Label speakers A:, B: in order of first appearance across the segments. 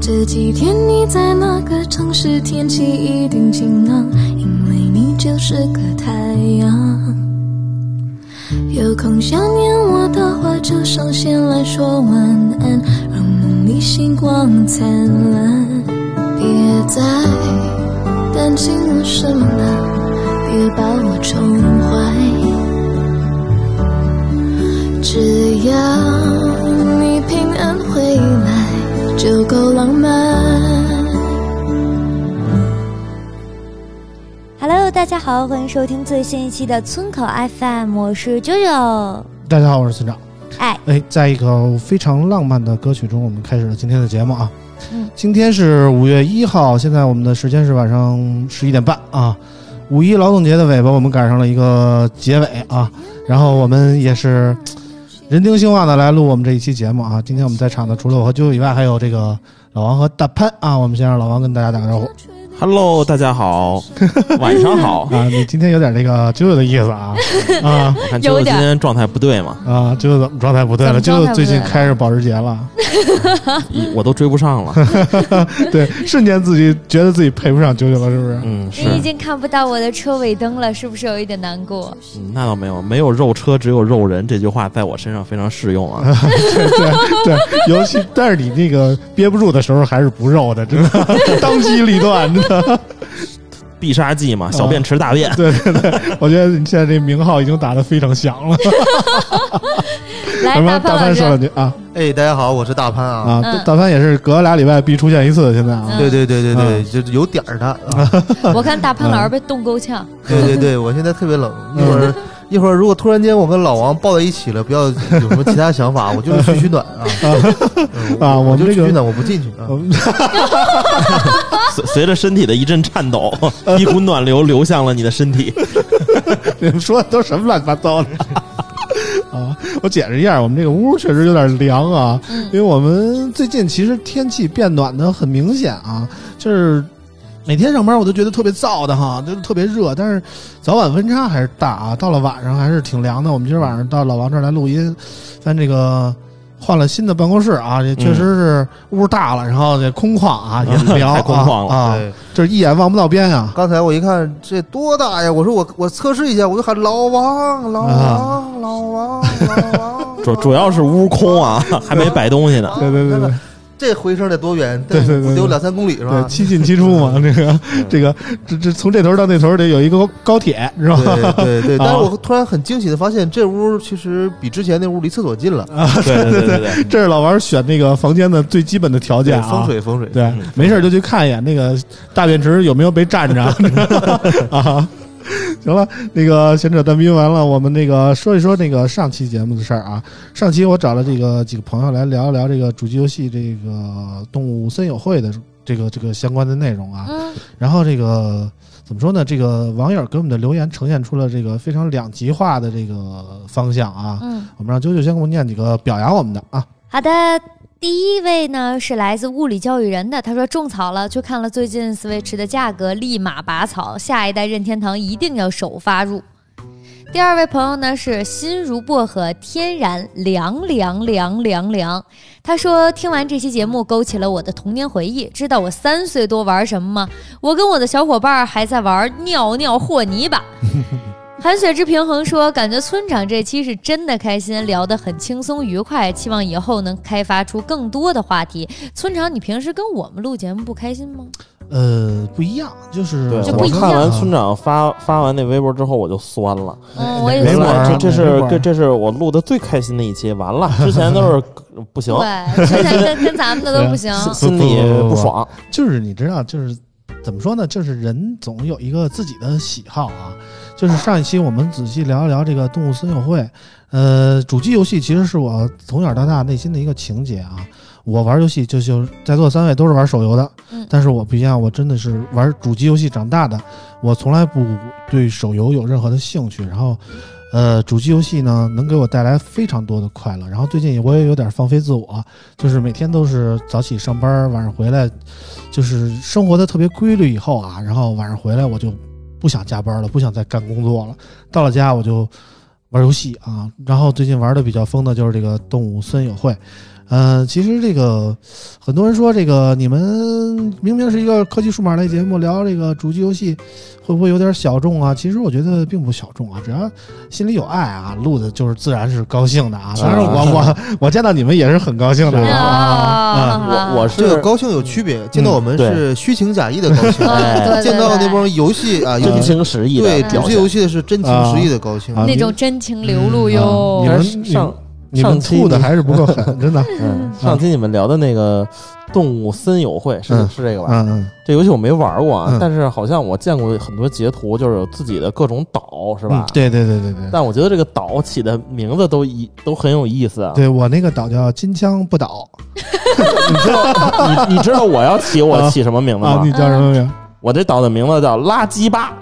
A: 这几天你在哪个城市？天气一定晴朗，因为你就是个太阳。有空想念我的话，就上线来说晚安，让梦里星光灿烂。别再担心了什么，别把我宠坏，只要你平安回来，就够浪漫。
B: Hello，大家好，欢迎收听最新一期的村口 FM，我是九九。
C: 大家好，我是村长。
B: 哎，
C: 哎，在一个非常浪漫的歌曲中，我们开始了今天的节目啊。
B: 嗯
C: 今天是五月一号，现在我们的时间是晚上十一点半啊。五一劳动节的尾巴，我们赶上了一个结尾啊。然后我们也是人丁兴旺的来录我们这一期节目啊。今天我们在场的除了我和啾啾以外，还有这个老王和大潘啊。我们先让老王跟大家打个招呼
D: Hello，大家好， 晚上好。
C: 啊。你今天有点这个啾啾的意思啊啊
D: 我看
B: 有
D: 舅舅今
B: 点
D: 天状态不对 嘛，
C: 啊！啾啾怎么状态不对了？啾
B: 怎么状态
C: 啾
B: 不对
C: 最近
B: 了
C: 开着保时捷了，
D: 一我都追不上了。
C: 对，瞬间自己觉得自己配不上啾啾了，是不 是？
D: 嗯，是
B: 你，已经看不到我的车尾灯了，是不是有一点难过？
D: 嗯那倒没有，没有肉车，只有肉人这句话在我身上非常适用啊。
C: 对，尤其但是你那个憋不住的时候还是不肉的，真的当机立断，真的。
D: 必杀技嘛，小便池大便。
C: 对对对，我觉得你现在这名号已经打得非常响了。
B: 来，
C: 什么大
B: 大潘老
C: 潘说
B: 师，
C: 两句啊
E: 哎，大家好，我是大潘啊。
C: 啊，
B: 嗯
C: 大潘也是隔俩礼拜必出现一次，现在啊
B: 嗯，
E: 对对对对对，就是有点儿的。啊
B: 我看大潘老师被冻够呛。
E: 对对对，我现在特别冷，
C: 嗯
E: 一会儿一会儿如果突然间我跟老王抱在一起了，不要有什么其他 想法，我就是取取暖啊。嗯
C: 啊我
E: 我
C: 们
E: 就
C: 这
E: 取
C: 个
E: 取暖，我不进去啊
C: 我。们
D: 随 随着身体的一阵颤抖，一股暖流流向了你的身体。
C: 你们 说的都什么乱七八糟的 啊？我解释一下，我们这个屋确实有点凉啊，
B: 嗯
C: 因为我们最近其实天气变暖的很明显啊，就是每天上班我都觉得特别燥的哈，就是特别热，但是早晚温差还是大啊。到了晚上还是挺凉的。我们今儿晚上到老王这儿来录音，咱这个。换了新的办公室啊，也确实是屋大了，然后这空旷啊，也凉啊，
D: 太空旷了。
C: 啊，
E: 对，
C: 就是一眼望不到边啊。
E: 刚才我一看这多大呀，我说我我测试一下，我就喊老王，老
C: 啊
E: 王，老王，老王
D: 主主要是屋空啊，还没摆东西呢。
C: 对对对 对。
E: 这回声得多远？
C: 对对对对
E: 得有两三公里是吧嗯
C: 对，？七进七出嘛，这个 这个这这从这头到那头得有一个高铁，是吧？
E: 对对 对，但
C: 啊
E: 是我突然很惊喜的发现，这屋其实比之前那屋离厕所近了。
D: 对对对对对，
C: 这是老王选那个房间的最基本的条件啊，
E: 风。水风水。
C: 对
D: 嗯，
C: 没事儿就去看一眼那个大便池有没有被占着 啊。行了，那个闲扯淡逼完了，我们那个说一说那个上期节目的事儿啊。上期我找了这个几个朋友来聊一聊这个主机游戏这个动物森友会的这个这个相关的内容啊。
B: 嗯，
C: 然后这个怎么说呢？这个网友给我们的留言呈现出了这个非常两极化的这个方向啊。
B: 嗯，
C: 我们让九九先给我念几个表扬我们的啊。
B: 好的。第一位呢是来自物理教育人的，他说种草了，去看了最近 Switch 的价格，立马拔草，下一代任天堂一定要首发入。第二位朋友呢是心如薄荷，天然凉凉凉凉凉。他说听完这期节目，勾起了我的童年回忆。知道我三岁多玩什么吗？我跟我的小伙伴儿还在玩尿尿和泥巴。寒水之平衡说，感觉村长这期是真的开心，聊得很轻松愉快，期望以后能开发出更多的话题。村长，你平时跟我们录节目不开心 吗？
C: 呃，不一样，就是
D: 对
B: 就
C: 我
B: 不
D: 我
B: 一样
D: 看完村长发发完那微博之后，我就酸了。
B: 嗯，我也
C: 没
B: 是
C: 微博玩啊
D: 这
C: 没
D: 这是
C: 玩
D: 这这是我录的最开心的一期，完了，之前都是不行，
B: 对，之前跟跟咱们的都不行。
D: 心心里
C: 不不不不
D: 爽。
C: 就是你知道，就是怎么说呢？就是人总有一个自己的喜好啊。就是上一期我们仔细聊一聊这个《动物森友会》，呃，主机游戏其实是我从小到大内心的一个情节啊。我玩游戏就就是在座三位都是玩手游的，
B: 嗯
C: 但是我不一样，我真的是玩主机游戏长大的，我从来不对手游有任何的兴趣。然后，呃，主机游戏呢能给我带来非常多的快乐。然后最近我也有点放飞自我，就是每天都是早起上班，晚上回来，就是生活的特别规律。以后啊，然后晚上回来我就不想加班了，不想再干工作了。到了家我就玩游戏啊，然后最近玩的比较疯的就是这个《动物森友会》。嗯，其实这个很多人说，这个你们明明是一个科技数码类节目，聊这个主机游戏，会不会有点小众啊？其实我觉得并不小众啊，只要心里有爱啊，录的就是自然是高兴的啊。当然我，我我见到你们也是很高兴的
D: 是
C: 啊。啊
D: 我我是
E: 这个高兴有区别，见到我们
D: 对
E: 是虚情假意的高 兴，
D: 哎
B: 嗯对对
E: 见到那
B: 对
E: 帮游戏啊，游
C: 嗯
D: 真
E: 戏
D: 情实意
E: 对
D: 的
E: 主
D: 表
E: 机
D: 现
E: 游。戏的是真情实意的高兴。
C: 啊
B: 那种真情流露
C: 啊
B: 哟
C: 你。们
D: 但是上
C: 你
D: 上
C: 们
D: 期
C: 吐的
D: 你
C: 还是不够狠， 真的。
D: 嗯，上期你们聊的那个动物森友会是、
C: 嗯
D: 是这个吧？
C: 嗯嗯，
D: 这游戏我没玩过啊，
C: 嗯
D: 但是好像我见过很多截图，就是有自己的各种岛，是吧
C: 嗯？。对对对对 对。
D: 但我觉得这个岛起的名字都一都很有意思啊。
C: 对我那个岛叫金枪不倒
D: 你知道你你知道我要起我起什么嗯名字
C: 啊，
D: 吗
C: 你？叫什么名？
D: 我这岛的名字叫垃圾吧。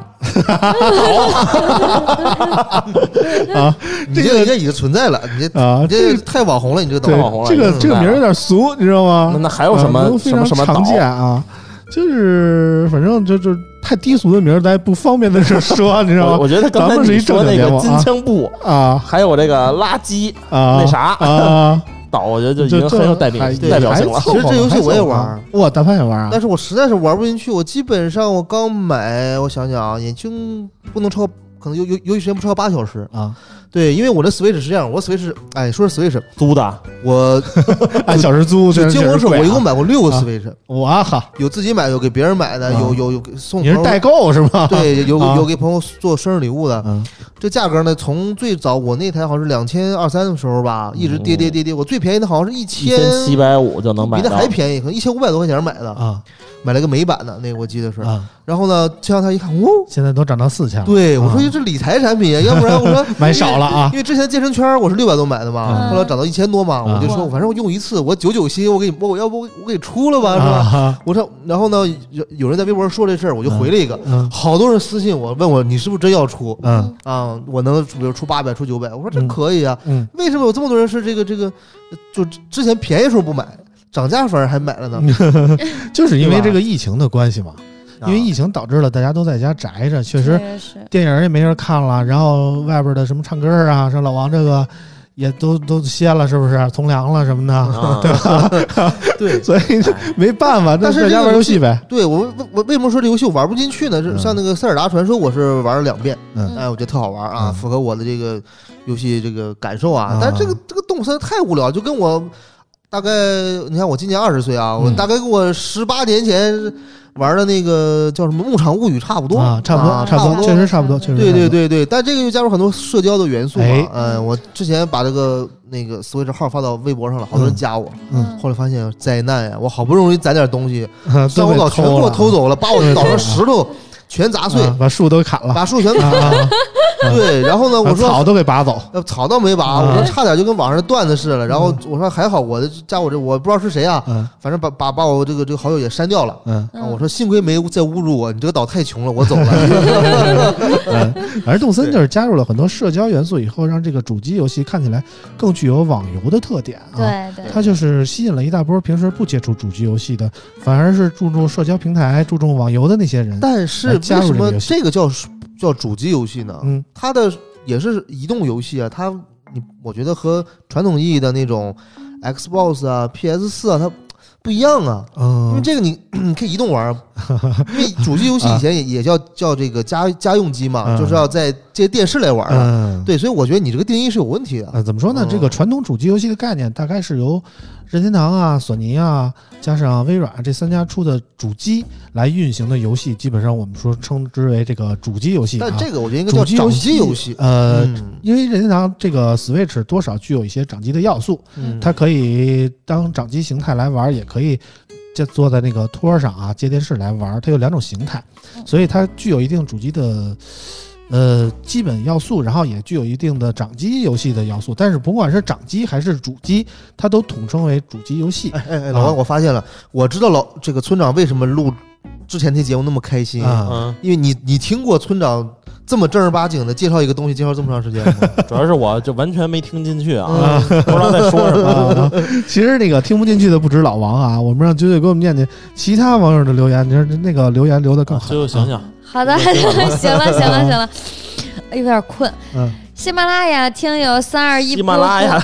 E: 你这个应该已经存在了，你这
C: 啊
E: 你，这个太网红了，你这个
C: 对
E: 岛
D: 网红了
C: 这
D: 已
C: 个
D: 经
C: 这个
D: 存在
C: 名儿有
E: 啊
D: 了
C: 点俗，你知道吗
D: 那？啊那还有什
C: 啊
D: 么
C: 都非
D: 什
C: 常
D: 么什么
C: 常
D: 岛？
C: 见啊？就是反正就就太低俗的名儿，咱也不方便在这儿说，你知
D: 我
C: 道吗？
D: 我觉得刚
C: 咱
D: 才
C: 们是
D: 你
C: 一正
D: 说
C: 经
D: 那
C: 节
D: 个
C: 目啊
D: 金枪布，
C: 啊
D: 还有这个垃圾
C: 啊，
D: 那啥
C: 啊，
D: 岛，我觉得 就已
C: 就
D: 经
C: 这哎
D: 很有代表
C: 还
D: 代表性了
E: 还。其实这游戏我也玩儿，
C: 我大潘也玩啊
E: 但。是我实在是玩不进去，我基本上我刚买，我想想啊，也就不能超，可能游游游戏时间不超过八小时。
C: 啊，
E: 对，因为我的 Switch 是这样，我 Switch，哎，说是 Switch，
D: 租
C: 啊
D: 的，
E: 我
C: 按哎小时租，
E: 就
C: 这
E: 金光手，
C: 手
E: 我一共
C: 买
E: 买过六个
C: 啊
E: Switch，、
C: 我哈，
E: 有自己买的，有给别人买的，
C: 啊
E: 有有有给送
C: 你是
E: 朋友
C: 代购是 吗？
E: 嗯对，有
C: 啊
E: 有给朋友做生日礼物的。
C: 嗯
E: 这价格呢，从最早我那台好像是两千二三的时候
C: 嗯
E: 吧，一直跌跌跌跌，我最便宜的好像是一
D: 一
E: 千
D: 千七百五就能买
E: 比那
D: 到
E: 还。便宜，可能一千五百多块钱买的，
C: 啊
E: 买了个美版的那个，我记得是。
C: 啊，
E: 然后呢，前两天一看，哦，
C: 现在都涨到四千了，
E: 对我说
C: 啊。
E: 这理财产品啊，要不然我说
C: 买少了啊
E: 因为之前健身圈我是六百多买的嘛，
B: 嗯
E: 后来涨到一千多嘛，
C: 啊
E: 我就说反正我用一次，我九九新，我给你，我我要不我给出了吧，是吧？
C: 啊，
E: 我说，然后呢，有有人在微博上说这事儿，我就回了一个，
C: 嗯
E: 好多人私信我问我你是不是真要出
C: 嗯
E: 啊？我能比如出八百出九百，我说这
C: 嗯
E: 可以啊。
C: 嗯，
E: 为什么有这么多人是这个这个，呃就之前便宜的时候不买，涨价反而还买了呢？
C: 嗯就是因为
E: 对吧
C: 这个疫情的关系嘛，
E: 啊
C: 因为疫情导致了大家都在家宅着，确实
B: 确实，
C: 电影也没人看了，然后外边的什么唱歌啊，像老王这个也都都歇了，是不是从良了什么的，
D: 啊
C: 对吧？
E: 对 哎
C: 所以就没办法，那
E: 但是
C: 在家
E: 这个
C: 玩
E: 游
C: 游
E: 戏
C: 戏呗。
E: 对，我为我为什么说这游戏我玩不进去呢？是
C: 嗯
E: 像那个《塞尔达传说》，我是玩了两遍，
C: 嗯
E: 哎，我觉得特好玩啊，
C: 嗯
E: 符合我的这个游戏这个感受啊
C: 啊。
E: 但是这个这个动物森太无聊，就跟我大概你看我今年二十岁啊，我
C: 嗯
E: 大概跟我十八年前玩的那个叫什么《牧场物语》差不多
C: 啊，差不多，
E: 啊
C: 差不
E: 差不
C: 多，
E: 多
C: 确实差不多，确实。
E: 对对，对对，但这个又加入很多社交的元素嘛。
C: 哎
E: 嗯，我之前把这个那个 Switch 号发到微博上了，好多人
C: 嗯
E: 加我，
C: 嗯
E: 后来发现灾难呀！我好不容易攒点东西，
C: 啊都
E: 上
C: 被
E: 我岛全给我偷
C: 了
E: 走了，把我
C: 对
E: 岛
C: 对
E: 上石头全砸碎，
C: 啊把树都砍了，
E: 把树全
C: 啊啊啊
E: 对。然后呢，
C: 把
E: 我
C: 草
E: 说
C: 都给拔走。
E: 呃草倒没拔，
C: 啊
E: 我说差点就跟网上的段子似的。然后我说还好，我的加我这我不知道是谁啊，
C: 嗯
E: 反正把把把我这个这个好友也删掉了。
C: 嗯，
E: 啊，我说幸亏没再侮辱我，你这个岛太穷了，我走 了。 嗯
C: 而动森就是加入了很多社交元素以后，让这个主机游戏看起来更具有网游的特点啊。
B: 对对，
C: 它就是吸引了一大波平时不接触主机游戏的，反而是注重社交平台、注重网游的那些人。
E: 但是
C: 来
E: 为
C: 加入
E: 什
C: 这个
E: 么
C: 游戏
E: 这个叫叫主机游戏呢？
C: 嗯
E: 它的也是移动游戏啊，它你我觉得和传统意义的那种 Xbox 啊、PS 四啊，它不一样啊。因为
C: 嗯，
E: 这个你 你可以移动玩儿，啊因为主机游戏以前也也叫叫这个家家用机嘛，
C: 嗯
E: 就是要在接电视来玩儿的。
C: 嗯，
E: 对，所以我觉得你这个定义是有问题的。
C: 呃，怎么说呢？这个
E: 哦
C: 传统主机游戏的概念，大概是由任天堂啊、索尼啊，加上微软啊这三家出的主机来运行的游戏，基本上我们说称之为这个主机游戏、啊。
E: 但这个我觉得应该
C: 主
E: 叫
C: 机游
E: 掌
C: 戏
E: 机游戏。
C: 呃，
E: 嗯
C: 因为任天堂这个 Switch 多少具有一些掌机的要素，
E: 嗯
C: 它可以当掌机形态来玩，也可以就坐在那个托上啊，接电视来玩儿，它有两种形态，所以它具有一定主机的呃基本要素，然后也具有一定的掌机游戏的要素。但是不管是掌机还是主机，它都统称为主机游戏
E: 哎哎哎，老王，我发现了，我知道老这个村长为什么录之前那节目那么开心，
C: 啊。
D: 嗯，
E: 因为你你听过村长这么正儿八经的介绍一个东西介绍这么长时间 吗？
D: 主要是我就完全没听进去啊，
E: 嗯
D: 不知道在说什么。
C: 啊，其实那个听不进去的不止老王啊，我们让九九给我们念念其他网友的留言，你说那个留言留的更狠。
F: 啊
D: 最后想想，
B: 好的，行了， 行了，行了，有点困。
C: 嗯，
B: 喜马拉雅听友三二哎一，
D: 喜马拉雅，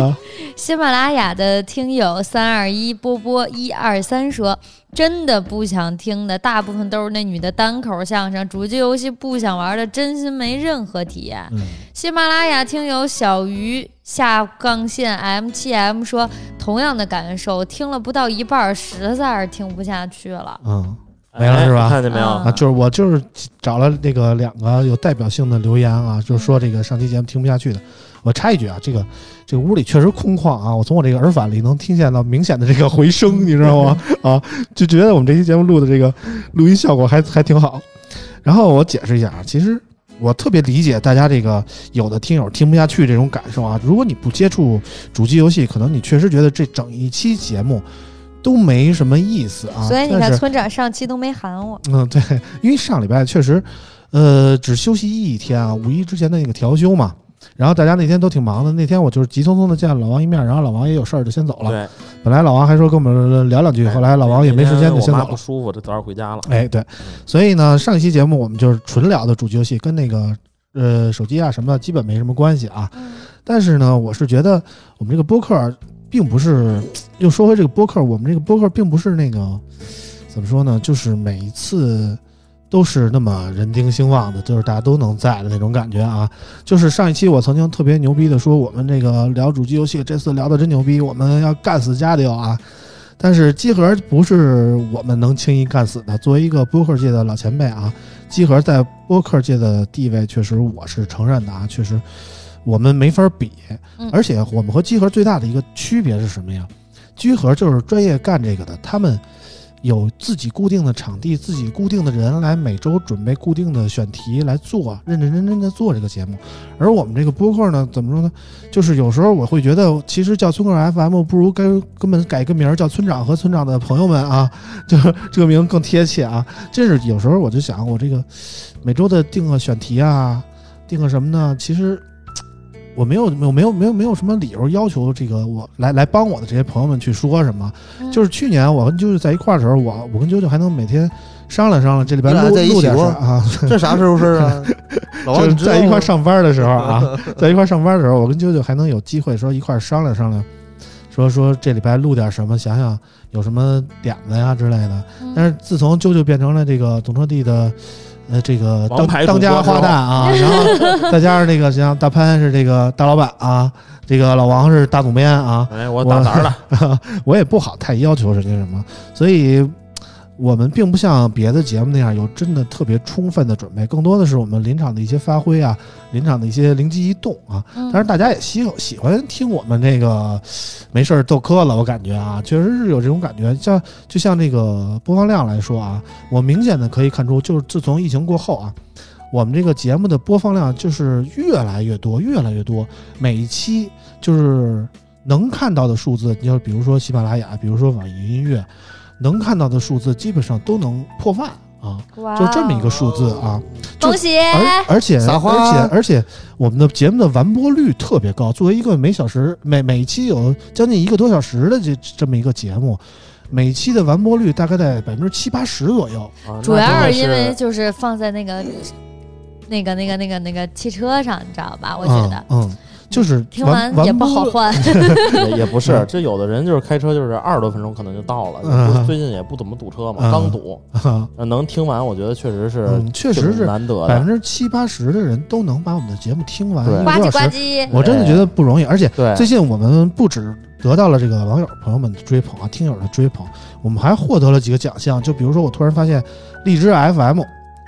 C: 啊
B: 喜马拉雅的听友三二一波波一二三说，真的不想听的，大部分都是那女的单口相声，主机游戏不想玩的，真心没任何体验。
C: 嗯
B: 喜马拉雅听友小鱼下杠线 M 七 M 说，同样的感受，听了不到一半儿，实在是听不下去了。
C: 嗯没了是吧
D: 哎看见没有？
B: 啊
C: 啊，就是我就是找了那个两个有代表性的留言啊，就是说这个上期节目听不下去的。我插一句啊，这个这个屋里确实空旷啊，我从我这个耳返里能听见到明显的这个回声，你知道吗？啊，就觉得我们这期节目录的这个录音效果还还挺好。然后我解释一下啊，其实我特别理解大家这个有的听友听不下去这种感受啊。如果你不接触主机游戏，可能你确实觉得这整一期节目都没什么意思啊。
B: 所以你
C: 但
B: 看，
C: 是
B: 村长上期都没喊我。
C: 嗯，对，因为上礼拜确实，呃，只休息一天啊，五一之前的那个调休嘛。然后大家那天都挺忙的，那天我就是急匆匆的见了老王一面，然后老王也有事儿就先走了。
D: 对，哎
C: 本来老王还说跟我们聊两句，后来老王也没时间就
D: 我
C: 先
D: 妈
C: 走
D: 不
C: 了。
D: 舒服，这早点回家了。
C: 哎，对，所以呢，上一期节目我们就是纯聊的主机游戏，跟那个呃手机啊什么的基本没什么关系啊。但是呢，我是觉得我们这个播客并不是，又说回这个播客，我们这个播客并不是那个怎么说呢，就是每一次都是那么人丁兴旺的，就是大家都能在的那种感觉啊。就是上一期我曾经特别牛逼的说，我们这个聊主机游戏，这次聊的真牛逼，我们要干死加里奥啊。但是机核不是我们能轻易干死的。作为一个播客界的老前辈啊，机核在播客界的地位确实我是承认的啊，确实我们没法比。
B: 嗯
C: 而且我们和机核最大的一个区别是什么呀？机核就是专业干这个的，他们有自己固定的场地、自己固定的人来每周准备固定的选题来做，认认真真的做这个节目。而我们这个播客呢，怎么说呢？就是有时候我会觉得，其实叫村口 FM 不如跟根本改个名儿叫村长和村长的朋友们啊，就是这个名更贴切啊。这是有时候我就想，我这个每周的定个选题啊，定个什么呢？其实我没有没有没有没有没有什么理由要求这个我来来帮我的这些朋友们去说什么。
B: 嗯
C: 就是去年我跟啾啾在一块儿的时候，我我跟啾啾还能每天商量商量，这里边
E: 你俩
C: 录
E: 在一起
C: 录点事
E: 过
C: 儿啊，
E: 这啥时候事儿啊？
D: 哦
E: 老王，
C: 就
E: 你
C: 是
E: 知道
C: 在一块
E: 吗
C: 儿上班的时候 啊，
D: 嗯
C: 在一块儿上班的时候，我跟啾啾还能有机会说一块儿商量商量，说说这礼拜录点什么，想想有什么点子呀之类
D: 嗯
C: 的。
B: 嗯
C: 但是自从啾啾变成了这个董车帝的。呃，这个当
D: 王牌
C: 当
D: 主播
C: 家花旦 啊，然后再加上这个像大潘是这个大老板啊，这个老王是大总编啊，
D: 哎，我 打哪儿了？
C: 我也不好太要求人家什么，所以我们并不像别的节目那样有真的特别充分的准备，更多的是我们临场的一些发挥啊，临场的一些灵机一动啊。
B: 嗯
C: 当然，大家也喜喜欢听我们这个没事儿逗嗑了，我感觉啊，确实是有这种感觉。像就像这个播放量来说啊，我明显的可以看出，就是自从疫情过后啊。我们这个节目的播放量就是越来越多，越来越多，每一期就是能看到的数字，你要比如说喜马拉雅，比如说网易云音乐，能看到的数字基本上都能破万啊，
B: 哇
C: 就这么一个数字啊。就哎
B: 恭喜！
C: 而而且
E: 撒花
C: 而且而且我们的节目的完播率特别高，作为一个每小时每每期有将近一个多小时的这这么一个节目，每期的完播率大概在百分之七八十左右。
D: 啊
F: 哦
B: 主要是因
D: 那真
B: 为
D: 的
B: 就是放在那个那个那个那个那个汽车上，你知道吧？我觉得、
C: 嗯，嗯就是
B: 听完
C: 完
B: 也不
C: 完
B: 好
C: 播
B: 换。
D: 是也也不是，这有的人就是开车就是二十多分钟可能就到了，
C: 嗯
D: 也不是最近也不怎么堵车嘛，
C: 嗯
D: 刚堵，呃能听完我觉得确实是
C: 嗯确实是
D: 挺难得
C: 百分
D: 的，
C: 之七八十的人都能把我们的节目听完
D: 对
C: 一
B: 呱
C: 个
B: 唧
C: 多
B: 呱
C: 小时，
B: 唧，
C: 我真的觉得不容易。而且
F: 哎
D: 对，
C: 最近我们不止得到了这个网友朋友们的追捧啊，听友的追捧，我们还获得了几个奖项。就比如说，我突然发现荔枝 FM，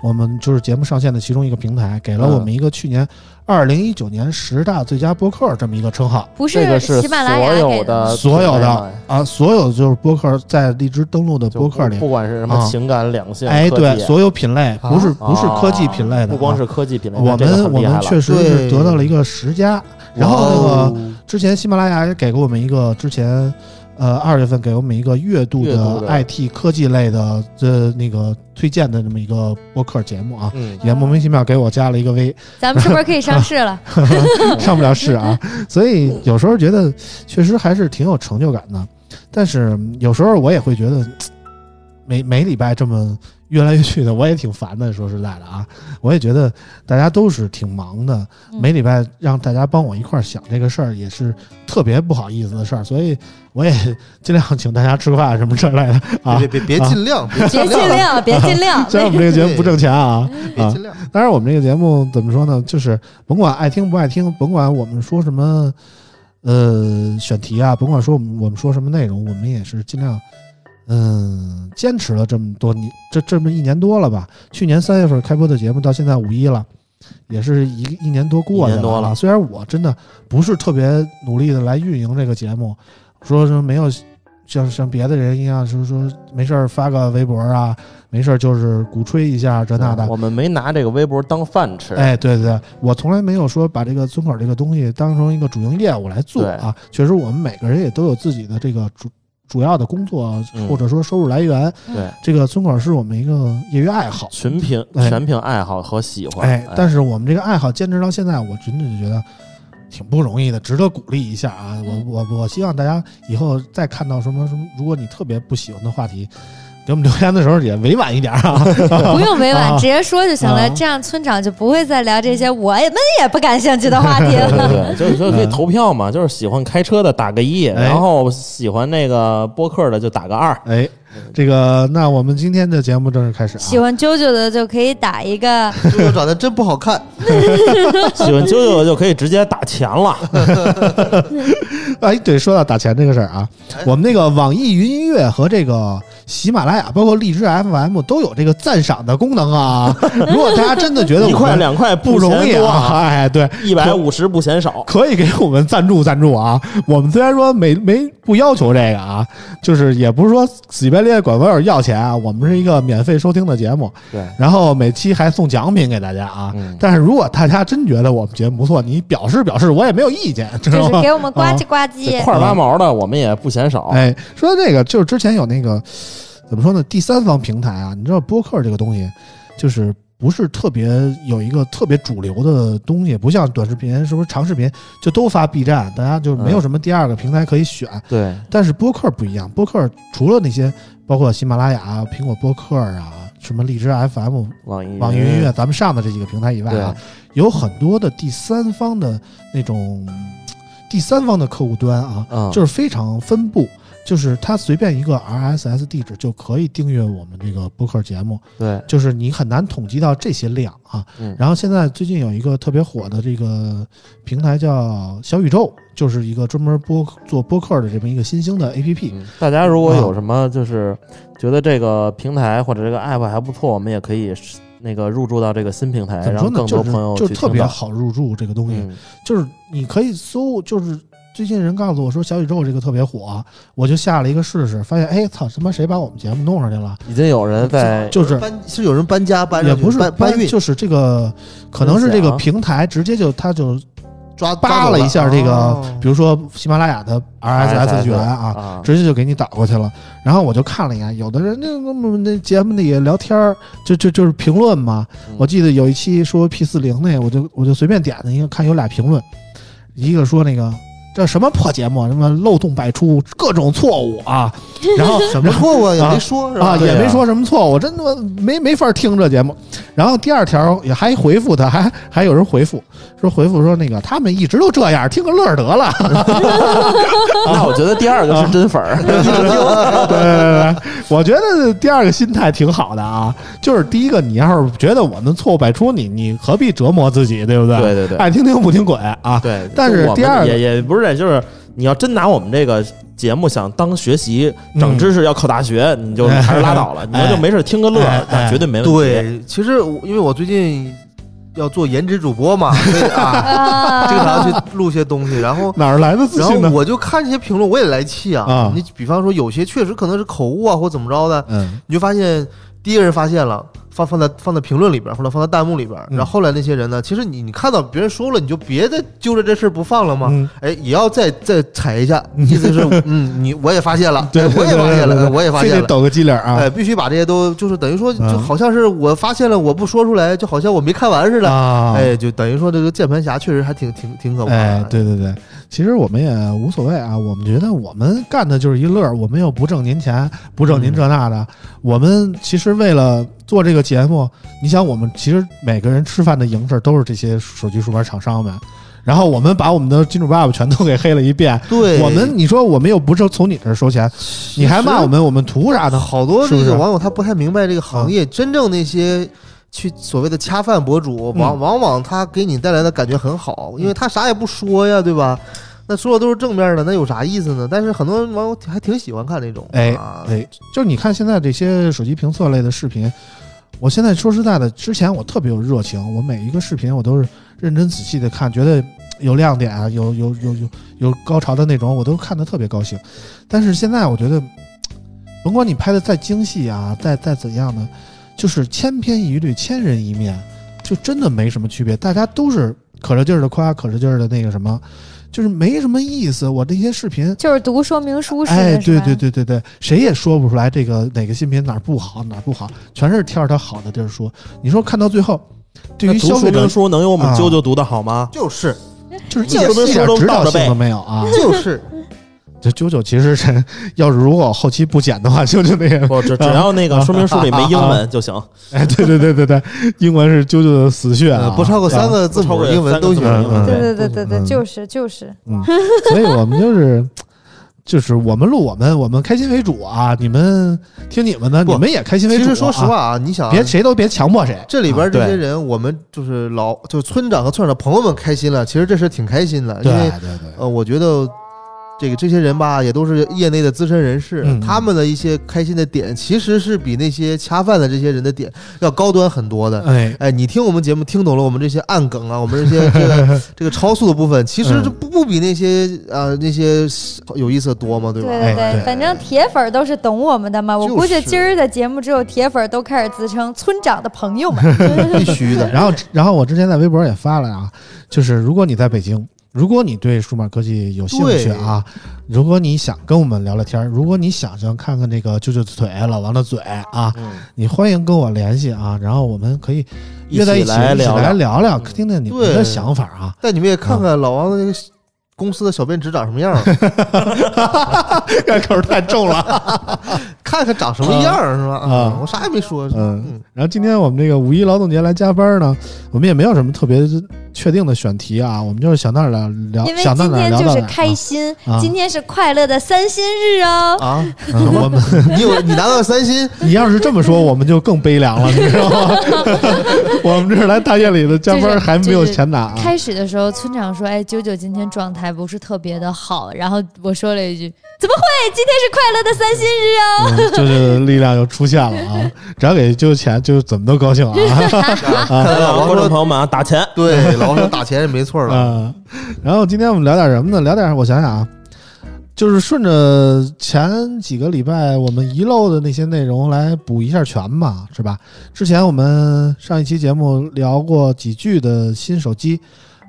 C: 我们就是节目上线的其中一个平台，给了我们一个去年二零一九年十大最佳播客这么一个称号
B: 不
F: 这个是
B: 喜马拉
F: 所
B: 雅
F: 有
B: 给的，
F: 的
C: 所有的
F: 平台上
C: 啊！所有就是播客在荔枝登录的
F: 就
C: 播客里
F: 不，不管是什
C: 啊
F: 么情感、两性，
C: 哎，
F: 科技
D: 啊
C: 对，所有品类不是不是科技品类的，
F: 啊
C: 啊
F: 不光是科技品类，
C: 我
F: 这个
C: 们
F: 很
C: 我
F: 厉害
C: 们
F: 了
C: 确实是
E: 对
C: 得到了一个十佳，然后那
E: 哇
C: 个
E: 哦
C: 之前喜马拉雅也给过我们一个之前。呃，二月份给我们一个月度
F: 月度
C: 的
F: 的
C: IT 科技类的呃那个推荐的这么一个播客节目啊，
F: 嗯，
C: 也莫名其妙给我加了一个 V，
B: 咱们是不是可以上市了？
C: 上不了市啊。所以有时候觉得确实还是挺有成就感的，但是有时候我也会觉得，每每礼拜这么越来越去的，我也挺烦的。说实在的啊，我也觉得大家都是挺忙的，
B: 嗯
C: 每礼拜让大家帮我一块儿想这个事儿，也是特别不好意思的事儿。所以我也尽量请大家吃个饭什么之类的啊。
E: 别别别
C: 啊
E: 尽量，别
B: 别
E: 尽
B: 尽
E: 量，
B: 量，别尽量。
C: 虽然我们这个节目不挣钱啊，
E: 别尽量。
C: 当然，我们这个节目怎么说呢？就是甭管爱听不爱听，甭管我们说什么，呃，选题啊，甭管说我们我们说什么内容，我们也是尽量，嗯、坚持了这么多年，这这么一年多了吧？去年三月份开播的节目，到现在五一了。也是一一年多过去
F: 一年多了
C: 虽然我真的不是特别努力的来运营这个节目，说说没有像像别的人一样，说说没事儿发个微博啊，没事儿就是鼓吹一下这那的。
F: 我们没拿这个微博当饭吃，
C: 哎，对对，我从来没有说把这个村口这个东西当成一个主营业务来做
F: 对
C: 啊。确实，我们每个人也都有自己的这个主主要的工作
F: 嗯
C: 或者说收入来源。
F: 对
C: 这个村口是我们一个业余爱好，
F: 全凭
C: 哎
F: 全凭爱好和喜欢，
C: 哎，但是我们这个爱好坚持到现在，我真的觉得挺不容易的，值得鼓励一下啊！
B: 嗯
C: 我我我希望大家以后再看到什么什么，如果你特别不喜欢的话题，给我们留言的时候也委婉一点啊。
B: 不用委婉，
C: 啊
B: 直接说就行了。
C: 啊
B: 这样村长就不会再聊这些我也们也不感兴趣的话题
F: 对对
B: 了。
F: 对，就是说可以投票嘛，就是喜欢开车的打个一，
C: 哎
F: 然后喜欢那个播客的就打个二，
C: 哎，这个，那我们今天的节目正式开始啊。
B: 喜欢啾啾的就可以打一个，
E: 舅舅长得真不好看，
F: 喜欢啾啾的就可以直接打钱了。
C: 哎，对，说到打钱这个事儿啊，
F: 哎
C: 我们那个网易云音乐和这个喜马拉雅，包括荔枝 FM 都有这个赞赏的功能 啊。如果大家真的觉得
F: 一
C: 我
F: 块
C: 们
F: 两块
C: 不容易
F: 嫌多
C: 啊，，哎，对，
F: 一百五十不嫌少。
C: 可以给我们赞助赞助啊。我们虽然说没没不要求这个啊，就是也不是说死乞白赖管网友要钱啊，我们是一个免费收听的节目，
F: 对，
C: 然后每期还送奖品给大家啊。
F: 嗯，
C: 但是如果大家真觉得我们节目不错，你表示表示，我也没有意见，知
B: 就
C: 道
B: 是
C: 吗？
B: 给我们呱唧呱
F: 这
B: 唧。
F: 块儿八毛的我们也不嫌少。
C: 哎，说到这个，就是之前有那个怎么说呢？第三方平台啊，你知道播客这个东西，就是不是特别有一个特别主流的东西，不像短视频，是不是长视频就都发 B 站，大家就没有什么第二个平台可以选。
F: 对，
C: 但是播客不一样，播客除了那些包括喜马拉雅啊、苹果播客啊、什么荔枝 FM、
F: 网易
C: 网易云音乐，咱们上的这几个平台以外啊，有很多的第三方的那种第三方的客户端啊，
F: 嗯
C: 就是非常分布，就是它随便一个 RSS 地址就可以订阅我们这个播客节目，
F: 对，
C: 就是你很难统计到这些量啊。
F: 嗯
C: 然后现在最近有一个特别火的这个平台叫小宇宙，就是一个专门播做播客的这么一个新兴的 APP。
F: 嗯大家如果有什么就是觉得这个平台或者这个 app 还不错，我们也可以是那个入驻到这个新平台，
C: 怎么说
F: 让
C: 呢？
F: 更
C: 就
F: 多
C: 是
F: 朋友
C: 就
F: 去
C: 是特
F: 听
C: 别
F: 到。
C: 好入驻这个东西，
F: 嗯，
C: 就是你可以搜，就是最近人告诉我说小宇宙这个特别火，我就下了一个试试，发现哎操他妈谁把我们节目弄上去了，
F: 已经有人在
C: 就是
E: 搬是有人搬家搬上
C: 也
E: 去
C: 不是
E: 搬搬运
C: 就是这个可能是这个
F: 分享
C: 平台直接就它就
E: 抓
C: 扒了一下这个，比
E: 如
C: 如说喜马拉雅的 RSS 源啊。
F: 啊，
C: 直接就给你导过去了，然后我就看了一眼，有的人那那那节目里也聊天儿，就就就是评论嘛。
F: 嗯
C: 我记得有一期说 P 四零那，我就我就随便点了一个，看有俩评论，一个说那个这什么破节目，什么漏洞百出，各种错误啊，然后什
E: 没错啊过也没说是吧
C: 啊，
F: 对
C: 也
F: 呀
C: 没说什么错，我真的没没法听这节目。然后第二条也还回复他，还还有人回复说回复说那个他们一直都这样，听个乐儿得了。
F: 那我觉得第二个是真粉儿，
C: 对对对，我觉得第二个心态挺好的啊，就是第一个你要是觉得我们错误百出，你你何必折磨自己，对不对？
F: 对对对
C: 爱听听不听滚啊。
F: 对
C: 但是
F: 我们
C: 第二个
F: 也也不是，就是
D: 你要真拿我们这个节目想当学习长知识，要靠 大学，你就还是拉倒了。你要就没事听个乐
C: 哎，
D: 那绝对没问题。
E: 对，啊其实我因为我最近要做颜值主播嘛，所以啊，
B: 啊
E: 这个还要去录些东西，然后。
C: 哪儿来 的自
E: 然后
C: 信呢？
E: 我就看这些评论，我也来气啊！
C: 啊
E: 你比方说有些确实可能是口误啊，或怎么着的，
C: 嗯
E: 你就发现第一个人发现了，放放在放在评论里边，或者放在弹幕里边，
C: 嗯
E: 然后后来那些人呢，其实你你看到别人说了，你就别再揪着这事儿不放了嘛，
C: 嗯
E: 哎，也要再再踩一下，意思是，嗯，你我也发现了，哎我也发现了，哎我也发
C: 非
E: 现
C: 得
E: 了。
C: 抖个机灵啊！
E: 哎，必须把这些都就是等于说，就
C: 嗯
E: 好像是我发现了，我不说出来，就好像我没看完似的。
C: 啊，
E: 哎，就等于说这个键盘侠确实还挺挺挺可怕的。
C: 哎，对对对，其实我们也无所谓啊，我们觉得我们干的就是一乐儿，我们又不挣您钱，不挣您这那的。我们其实为了做这个节目，你想，我们其实每个人吃饭的营生都是这些手机数码厂商们，然后我们把我们的金主爸爸全都给黑了一遍。
E: 对，
C: 我们你说我们又不是从你这儿收钱，你还骂我们，我们图啥呢？
E: 好多
C: 是嗯
E: 这
C: 不是
E: 个网友他不太明白这个行业，真正那些去所谓的恰饭博主，往
C: 嗯
E: 往往他给你带来的感觉很好，因为他啥也不说呀，对吧？那说的都是正面的，那有啥意思呢？但是很多网友还挺喜欢看这种，
C: 哎
E: 啊，
C: 哎，就是你看现在这些手机评测类的视频，我现在说实在的，之前我特别有热情，我每一个视频我都是认真仔细的看，觉得有亮点啊，有有有有有高潮的那种，我都看得特别高兴。但是现在我觉得，甭管你拍的再精细啊，再再怎样呢，就是千篇一律、千人一面，就真的没什么区别，大家都是可着劲儿的夸，可着劲儿的那个什么。就是没什么意思，我这些视频
B: 就是读说明书似的，
C: 哎，
B: 是
C: 对
B: 吧
C: 对，对对对，谁也说不出来这个哪个新品哪儿不好哪儿不好，全是挑着它好的地儿说。你说看到最后，对于
D: 那读
C: 消
D: 说
C: 费者
D: 明书能有我们
C: 啊
D: 啾啾读的 好吗？
E: 就是
C: 就是
D: 说
C: 一
D: 明
C: 一
D: 书
C: 点
D: 都
C: 指导
D: 倒着
C: 性
D: 背
C: 都没有啊。
E: 就是，
C: 这九九其实是，要是如果后期不剪的话，就就那样。
D: 不，只只要那个说明书里没英
F: 啊
D: 文就行。
C: 哎，对对对对对，英文是九九的死穴啊，
E: 呃，不超过三个字
D: 不超
E: 母，
D: 过
E: 英文都行
D: 三个字母。
C: 嗯
D: 对
C: 嗯
G: 对对对对
C: 嗯
G: 对，就是就是，
C: 所以我们就是。就是我们录我们我们开心为主啊，你们听你们的，
E: 不
C: 你们也开心为
E: 其
C: 主、啊。
E: 实说实，话啊，你想啊
C: 别谁都别强迫谁。
E: 这里边这些
C: 啊
E: 人，我们就是老就是村长和村长的朋友们开心了，其实这是挺开心的，
C: 对
E: 因
C: 对
E: 为
C: 对对，
E: 呃，我觉得这个这些人吧，也都是业内的资深人士，
C: 嗯
E: 他们的一些开心的点，其实是比那些恰饭的这些人的点要高端很多的。
C: 哎，
E: 哎，你听我们节目，听懂了我们这些暗梗啊，我们这些这 个这个超速的部分，其实
C: 嗯
E: 这不不比那些啊、呃那些有意思的多嘛，对
G: 对
E: 吧？
G: 对
C: 哎
G: 对，
C: 对
G: 反正铁粉都是懂我们的嘛。我
E: 就
G: 估计
E: 是
G: 今儿的节目只有铁粉都开始自称村长的朋友 们。
E: 必须的。
C: 然后，然后我之前在微博也发了啊，就是如果你在北京，如果你对数码科技有兴趣啊，如果你想跟我们聊聊天儿，如果你想想看看这个舅舅的腿、老王的嘴啊，
D: 嗯
C: 你欢迎跟我联系啊，然后我们可以约在一
D: 一
C: 起
D: 起来
C: 一起
D: 聊
C: 来
D: 聊
C: 聊聊，听听你们
E: 对
C: 的想法啊。
E: 但你们也看看老王的那个公司的小便纸长什么样儿，
C: 这口太重了。
E: 看看长什么样儿是吧？
C: 啊
E: 我啥也没说。
C: 嗯，然后今天我们这个五一劳动节来加班呢，我们也没有什么特别确定的选题啊，我们就是想到哪儿聊
G: 因，为
C: 想到
G: 今
C: 哪
G: 天
C: 儿聊
G: 就
C: 到
G: 是
C: 哪儿
G: 开
C: 啊。
G: 心
C: 啊，
G: 今天是快乐的三星日哦。
E: 啊，
C: 嗯 我们
E: 你有你拿到三星，
C: 你要是这么说，我们就更悲凉了，你知道吗？我们这是来大夜里的加班，还没有钱拿、啊。
B: 开始的时候，村长说：“哎，九九今天状态不是特别的好。”然后我说了一句：“怎么会？今天是快乐的三星日哦。
C: 嗯就是力量又出现了啊！只要给舅舅钱，就怎么都高兴啊！
E: 看
F: 哎
E: 看老
D: 啊
E: 王
D: 观
E: 说
D: 众朋友们啊，打钱！
E: 对，老王说打钱也没错了。
C: 嗯，然后今天我们聊点什么呢？聊点我想想啊，就是顺着前几个礼拜我们遗漏的那些内容来补一下全嘛，是吧？之前我们上一期节目聊过几句的新手机，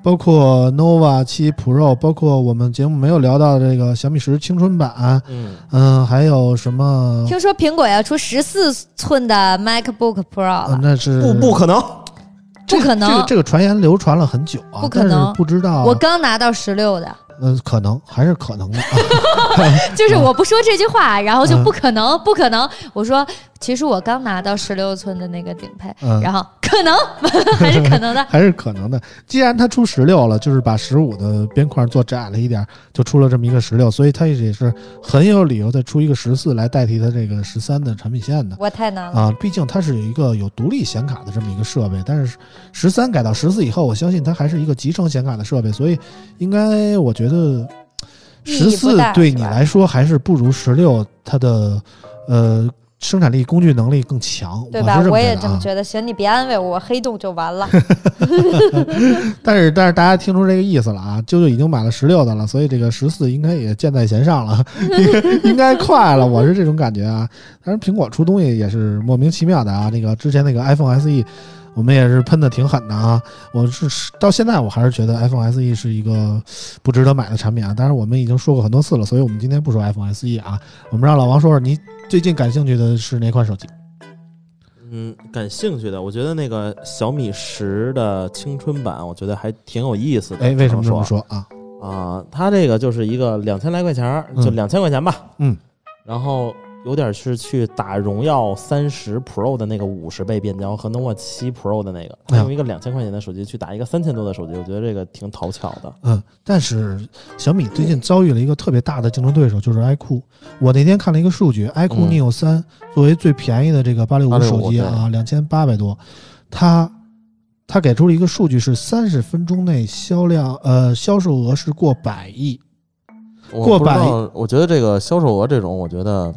C: 包括 nova 七 Pro，包括我们节目没有聊到的这个小米十青春版，
D: 嗯，
C: 嗯，还有什么？
B: 听说苹果要出十四寸的 MacBook Pro
C: 呃
B: 了，
C: 那是
D: 不不可能，
C: 这
B: 不可能
C: 这个这个啊传言流传了很久啊，
B: 不可能
C: 但是不知道，
B: 我刚拿到十六的，
C: 嗯、可能还是可 能的啊，
B: 就是我不说这句话，然
C: 嗯
B: 后就不可能，不可能。我说，其实我刚拿到十六寸的那个顶配，
C: 嗯，
B: 然后可能还是可 能 的。
C: 还是可能的。既然它出十六了，就是把十五的边框做窄了一点儿，就出了这么一个十六，所以它也是很有理由再出一个十四来代替它这个十三的产品线的。
G: 我太难
B: 嗯
G: 了，
C: 啊，毕竟它是有一个有独立显卡的这么一个设备，但是十三改到十四以后，我相信它还是一个集成显卡的设备，所以应该我觉得
B: 意
C: 十
B: 义不
C: 四
B: 大。
C: 对
B: 是
C: 你
B: 吧
C: 来说还是不如十六，它的呃生产力、工具能力更强，
B: 对吧
C: 是？这
B: 我
C: 么
B: 也
C: 觉
B: 这
C: 得
B: 么
C: 啊。
B: 觉得。行，你别安慰我，我黑洞就 完了。
C: 但是但是大家听出这个意思了啊，舅舅已经买了十六的了，所以这个十四应该也箭在弦上了， 应该快了，我是这种感觉啊。当然苹果出东西也是莫名其妙的啊，那个之前那个 iPhone SE。我们也是喷的挺狠的啊！我是到现在我还是觉得 iPhone SE 是一个不值得买的产品啊。当然我们已经说过很多次了，所以我们今天不说 iPhone SE 啊。我们让老王说说你最近感兴趣的是哪款手机？
F: 嗯，感兴趣的，我觉得那个小米十的青春版，我觉得还挺有意思的。
C: 哎，为什么
F: 只
C: 这
F: 能
C: 么
F: 说
C: 说啊？
F: 啊？它这个就是一个两千来块钱儿，就
C: 嗯
F: 两千块钱吧。
C: 嗯，
F: 然后有点是去打荣耀三十 Pro 的那个五十倍变焦和 nova 七 Pro 的那个，
C: 哎
F: 它
C: 呀
F: 用一个两千块钱的手机去打一个三千多的手机，我觉得这个挺讨巧的。
C: 嗯，但是小米最近遭遇了一个特别大的竞争对手，就是 iQOO。我那天看了一个数据，iQOO
F: 嗯
C: Neo 三、作为最便宜的这个八六五
F: 865
C: 手机啊，两千八百多，它它给出了一个数据是三十分钟内销量呃销售额是过百亿，过
F: 我不知
C: 百
F: 道我觉得这个销售额这种，我觉得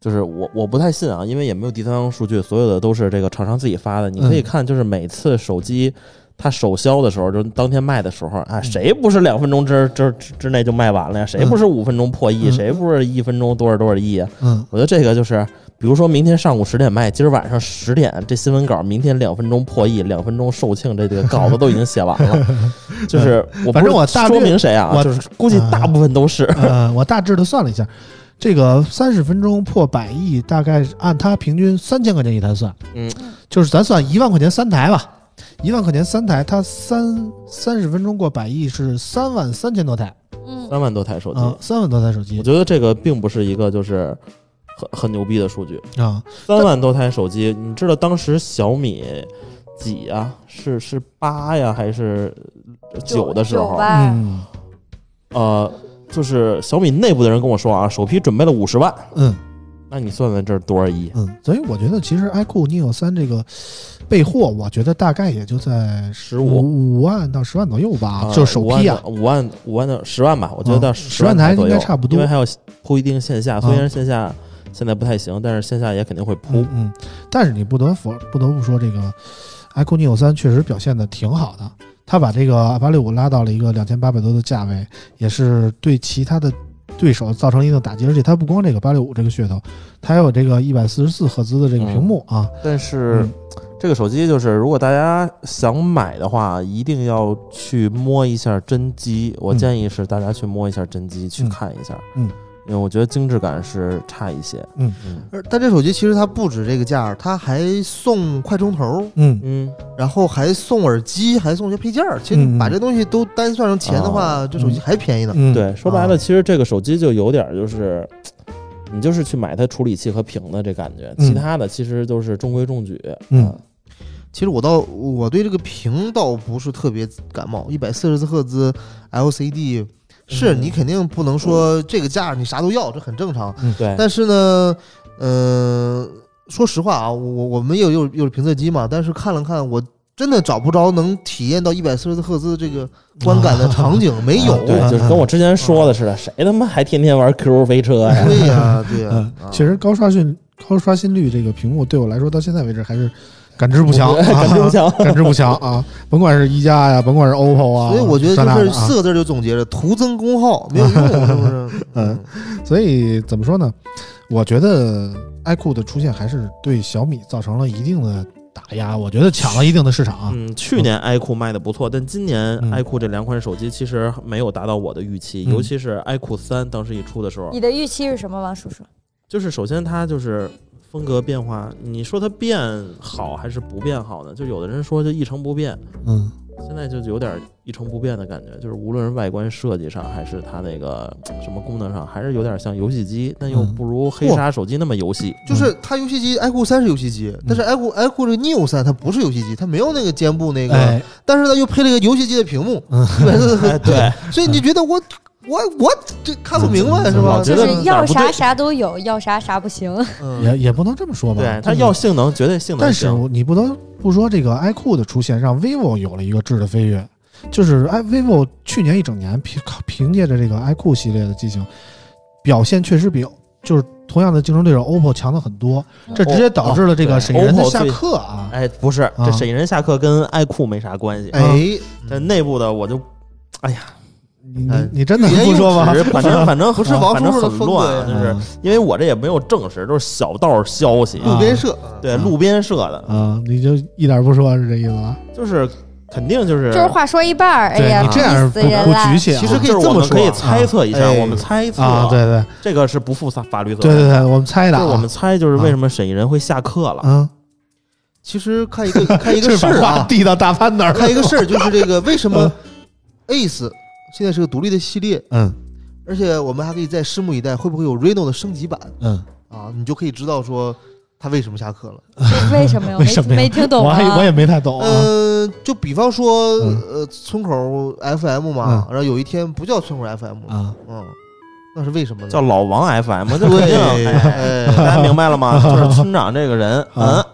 F: 就是我我不太信啊，因为也没有第三方数据，所有的都是这个厂商自己发的。你可
C: 嗯
F: 以看，就是每次手机它首销的时候，就是当天卖的时候啊，谁不是两分钟之之之之内就卖完了呀？谁不是五分钟破亿？
C: 嗯嗯
F: 谁不是一分钟多少多少亿啊？
C: 嗯
F: 我觉得这个就是，比如说明天上午十点卖，今儿晚上十点这新闻稿，明天两分钟破亿，两分钟售罄，这个稿子都已经写完了。就是
C: 嗯
F: 我不
C: 反正我大略
F: 说明谁啊，
C: 我
F: 就是估计大部分都是。
C: 呃，我大致的算了一下，这个三十分钟破百亿，大概是按它平均三千块钱一台算，
F: 嗯，
C: 就是咱算一万块钱三台吧，一万块钱三台，它三三十分钟过百亿是三万三千多台。
B: 嗯，
F: 三万多台手机，
C: 啊，三万多台手机
F: 我觉得这个并不是一个就是很很牛逼的数据。
C: 啊，
F: 三万多台手机，你知道当时小米几啊？是是八呀，还是九的时
B: 九
F: 候？
B: 吧
C: 嗯
F: 呃，就是小米内部的人跟我说啊，首批准备了五十万。
C: 嗯
F: 那你算算这是多少亿？
C: 嗯，所以我觉得其实 iQOO Neo 三这个备货，我觉得大概也就在
F: 十五。
C: 五五万到十万左右吧，
F: 啊
C: 就是首批啊，
F: 五万五万到十万吧，我觉得
C: 啊
F: 到
C: 10万
F: 台
C: 台
F: 左
C: 应该
F: 右，
C: 差不多
F: 因为还有铺一定线下，虽
C: 啊
F: 然线下现在不太行，但是线下也肯定会铺
C: 嗯。嗯，但是你不得否不得不说，这个 iQOO Neo 三确实表现的挺好的，它把这个八六五拉到了一个两千八百多的价位，也是对其他的。对手造成一定打击，而且它不光这个八六五这个噱头，它还有这个一百四十四赫兹的这个屏幕啊，
H: 但是、
C: 嗯
H: 这个手机就是，如果大家想买的话，一定要去摸一下真机。我
C: 嗯
H: 建议是大家去摸一下真机，去
C: 嗯
H: 看一下。
C: 嗯，
H: 因为我觉得精致感是差一些。嗯
E: 而但这手机其实它不止这个价儿，它还送快充头，
C: 嗯
H: 嗯，
E: 然后还送耳机，还送一些配件儿。其实
C: 嗯
E: 你把这东西都单算上钱的话，这手机还便宜呢。
C: 嗯，
F: 对，说白了，其实这个手机就有点儿就是，你就是去买它处理器和屏的这感觉，
C: 嗯
F: 其他的其实都是中规中矩。
C: 嗯
F: 啊，
E: 其实我倒我对这个屏倒不是特别感冒，一百四十四赫兹 LCD，是
F: 嗯
E: 你肯定不能说这个价儿你啥都要，这很正常。
F: 嗯对，
E: 但是呢，呃，说实话啊，我我们也有有有评测机嘛，但是看了看，我真的找不着能体验到一百四十赫兹这个观感的场 景，没有。
F: 哦
E: 啊
D: 哎
F: 对，就是跟我之前说的似的，谁他妈还天天玩 QQ 飞车呀？
E: 对呀，对呀
C: 嗯，
E: 啊
C: 其实高刷新高刷新率这个屏幕对我来说到现在为止还是感知不强，
F: 感知不强
C: 感知不强啊！ 甭管是一加呀，甭管是 OPPO 啊，
E: 所以我觉得
C: 这那
E: 就
C: 的
E: 是
C: 啊
E: 四个字儿就总结了：徒增功耗，没有用，是不是？
C: 嗯，所以怎么说呢？我觉得 iQOO 的出现还是对小米造成了一定的打压，我觉得抢了一定的市场啊。
F: 嗯，去年 iQOO 卖的不错，但今年
C: 嗯
F: iQOO 这两款手机其实没有达到我的预期，
C: 嗯
F: 尤其是 iQOO 三当时一出的时候，
B: 你的预期是什么，王叔叔？
F: 就是首先它就是风格变化，你说它变好还是不变好呢？就有的人说就一成不变，
C: 嗯
F: 现在就有点一成不变的感觉，就是无论是外观设计上，还是它那个呃什么功能上，还是有点像游戏机，但又
C: 嗯
F: 不如黑鲨手机那么游戏。
E: 就是它游戏机 iQOO 三是游戏机，但是 iQOO iQOO 这个 Neo 三它不是游戏机，它没有那个肩部
D: 嗯
E: 那个，
C: 哎，
E: 但是它又配了一个游戏机的屏幕，嗯 对，嗯所以你觉得我我我这看不明白是吧？
F: 我觉
B: 就
F: 得
B: 是
F: 哪
B: 要
F: 儿不对
B: 啥啥都有，要啥啥不行。
E: 嗯
C: 也也不能这么说吧。
F: 对，它
C: 就是
F: 要性能，绝对性能
C: 但是
F: 行。
C: 你不得不说，这个 iQOO 的出现让 vivo 有了一个质的飞跃。就是哎，vivo 去年一整年凭靠凭借着这个 iQOO 系列的机型，表现确实比就是同样的竞争对手 OPPO 强的很多，这直接导致了这
D: 哦
C: 个
D: 对
C: 沈人的
D: OPPO
C: 下
D: 最
C: 课啊。
D: 哎，不是，
C: 啊
D: 这沈人下课跟爱酷没啥关系，
E: 哎，
D: 这内部的我就
C: 你你
E: 哎
C: 你真的
E: 别
C: 不说
E: 用
C: 吗？
D: 只是 反正反正啊
E: 不是王
D: 反正
E: 叔叔的
D: 很
E: 风
D: 乱，
E: 格
D: 就
E: 呀，嗯
D: 是因为我这也没有证实，都是小道消息，
C: 啊
E: 路边社，
D: 对路边社的，
C: 啊，你就一点不说是这意思吧？
D: 就是肯定就是
G: 就是话说一半儿，哎
C: 对
G: 呀，
C: 你这样
G: 逼
C: 不
G: 死人
C: 不
G: 了
C: 局。气啊
E: 其实可以
D: 就是
E: 这
D: 我
E: 么
D: 们
E: 说
D: 可
E: 啊，
D: 以猜测一下，
E: 啊哎
D: 我们猜测
C: 啊！对对
D: 这个是不负法律责
C: 对
D: 任
C: 对
D: 的。
C: 对，我们猜的
D: 这是我
C: 啊
D: 们猜，就是为什么沈一人会下课
E: 嗯
D: 了？
C: 啊，
E: 其实看一 个看一
C: 这
E: 个事
C: 把
E: 儿
C: 话
E: 啊，
C: 递到大潘那儿，
E: 看一个事儿就是 这个为什么 Ace 现在是个独立的系列，
C: 嗯
E: 而且我们还可以再拭目以待，会不会有 Reno 的升级版
C: 嗯，
E: 啊？你就可以知道说他为什么下课了。
G: 为什么 呀？我
C: 为什么
G: 没
C: 呀
G: 没听懂
C: 我还我
G: 啊？
C: 也没太懂啊。
E: 嗯，就比方说
C: 嗯
E: 呃村口 FM 嘛，然后有一天不叫村口 FM 了，
C: 啊，
E: 嗯，那是为什么呢？
D: 叫老王 FM，这 肯定，
E: 对，
D: 哎大
E: 哎
D: 家明白 了吗？就是村长这个人，嗯
C: 啊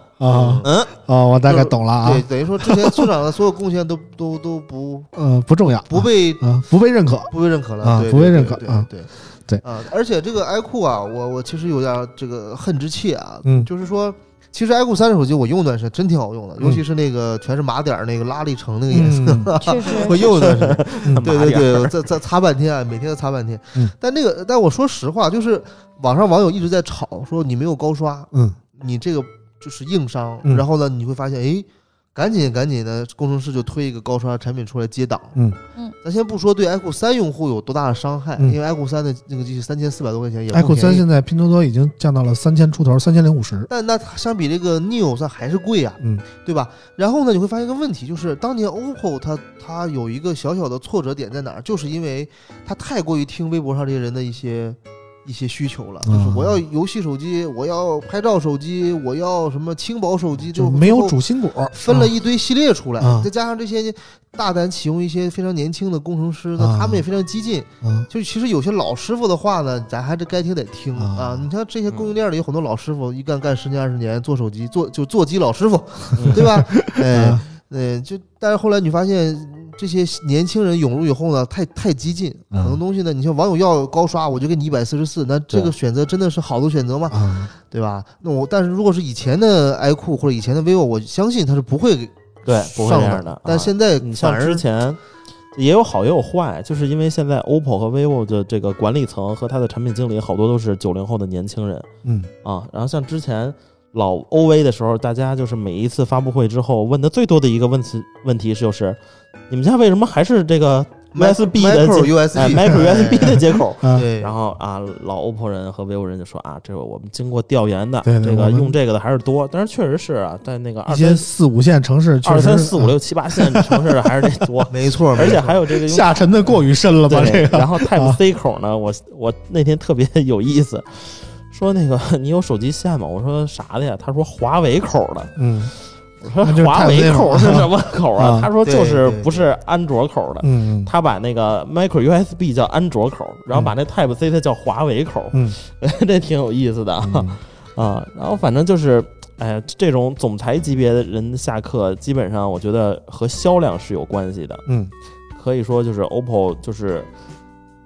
D: 嗯，
C: 啊！我大概懂了啊
E: 对，，等于说之前村长的所有贡献都都都不
C: 嗯，不重要，
E: 不被
C: 啊不被认可
E: 不被认可
C: 啊
E: 了，对
C: 不被认可
E: 对
C: 啊
E: 对
C: 对
E: 啊！而且这个 iQOO 啊，我我其实有点这个恨之切啊，
C: 嗯
E: 就是说。其实 iQOO 三这手机我用一段时间真挺好用的，
C: 嗯
E: 尤其是那个全是麻点儿那个拉力成那个颜色，
C: 嗯
G: 确实，
E: 我用一段时间。
C: 嗯
E: 对
D: 麻
E: 对
D: 点
E: 对，
D: 儿
E: 再再擦半天啊，每天都擦半天。
C: 嗯
E: 但那个，但我说实话，就是网上网友一直在吵说你没有高刷，
C: 嗯
E: 你这个就是硬伤。
C: 嗯
E: 然后呢，你会发现，哎，赶紧赶紧的，工程师就推一个高刷产品出来接档。
C: 嗯
G: 嗯，
E: 咱先不说对 iQOO 三用户有多大的伤害，
C: 嗯
E: 因为 iQOO 三的那个机器三千四百多块钱也不
C: ，iQOO
E: 便
C: 三
E: 宜
C: 哎现在拼多多已经降到了三千出头，三千零五十。
E: 但那它相比这个 Neo 算还是贵啊，
C: 嗯，
E: 对吧？然后呢，你会发现一个问题，就是当年 OPPO 它它有一个小小的挫折点在哪儿，就是因为它太过于听微博上这些人的一些一些需求了，就是
C: 啊
E: 我要游戏手机，我要拍照手机，我要什么轻薄手机，
C: 就
E: 就
C: 没有
E: 最后
C: 主心骨，
E: 分了一堆系列出来，
C: 啊
E: 再加上这些大胆启用一些非常年轻的工程师，那、
C: 啊
E: 他们也非常激进，
C: 嗯
E: 就其实有些老师傅的话呢，咱还是该听得听
C: 啊
E: 啊。你像这些供应链里有很多老师傅，一干干十年二十年，做手机 做就做机老师傅，
D: 嗯
E: 对吧？
D: 啊
E: 哎，嗯，就但是后来你发现这些年轻人涌入以后呢，太太激进，
C: 啊
D: 嗯
E: 很多东西呢，你像网友要高刷，我就给你一百四十四，那这个
D: 对
E: 选择真的是好的选择
D: 嗯
E: 吗？
C: 啊
E: 对吧？那我但是如果是以前的 iQOO 或者以前的 vivo，我相信它是不会给
D: 对，不会
E: 上
D: 这样
E: 的
D: 的。
E: 但
D: 啊
E: 现在
D: 你
E: 嗯反
D: 像
E: 而
D: 之前也有好也有坏，就是因为现在 OPPO 和 vivo 的这个管理层和它的产品经理好多都是九零后的年轻人
C: 嗯
D: 啊。然后像之前老 OV 的时候，大家就是每一次发布会之后问的最多的一个问题问题就是，你们家为什么还是这个 USB 的
E: micro
D: 接
E: USB
D: 哎 micro USB 的接口？
C: 啊，
E: 对，，
D: 然后啊，老 OPPO 人和 vivo 人就说啊，这个我们经过调研的，
C: 对对
D: 这
C: 我
D: 个
C: 们
D: 用这个的还是多，但是确实是啊，在那个
C: 一
D: 二
C: 些
D: 三
C: 四五线城市确实
D: 二
C: 是
D: 三四五
C: 啊
D: 六七八线城市的还是得多
E: 没错，
D: 而且
E: 没错
D: 还有这个用
C: 下沉的过于深了吧？
D: 对
C: 这个啊
D: 然后 Type C 口呢，我我那天特别有意思，说那个你有手机线吗？我说啥的呀？他说华为口的。
C: 嗯
D: 我说
C: 那就是
D: 华
C: Type
D: 为
C: C
D: 口
C: 口
D: 是 什么口
C: 啊
D: 啊？他说就
E: 对
D: 是
E: 对
D: 不是安卓口的。
C: 嗯
D: 他把那个 micro USB 叫安卓口，然后把那 Type C 它叫华为口，
C: 嗯
D: 这挺有意思的啊
C: 嗯
D: 啊。然后反正就是，哎呀，这种总裁级别的人下课，基本上我觉得和销量是有关系的。
C: 嗯
D: 可以说就是 OPPO 就是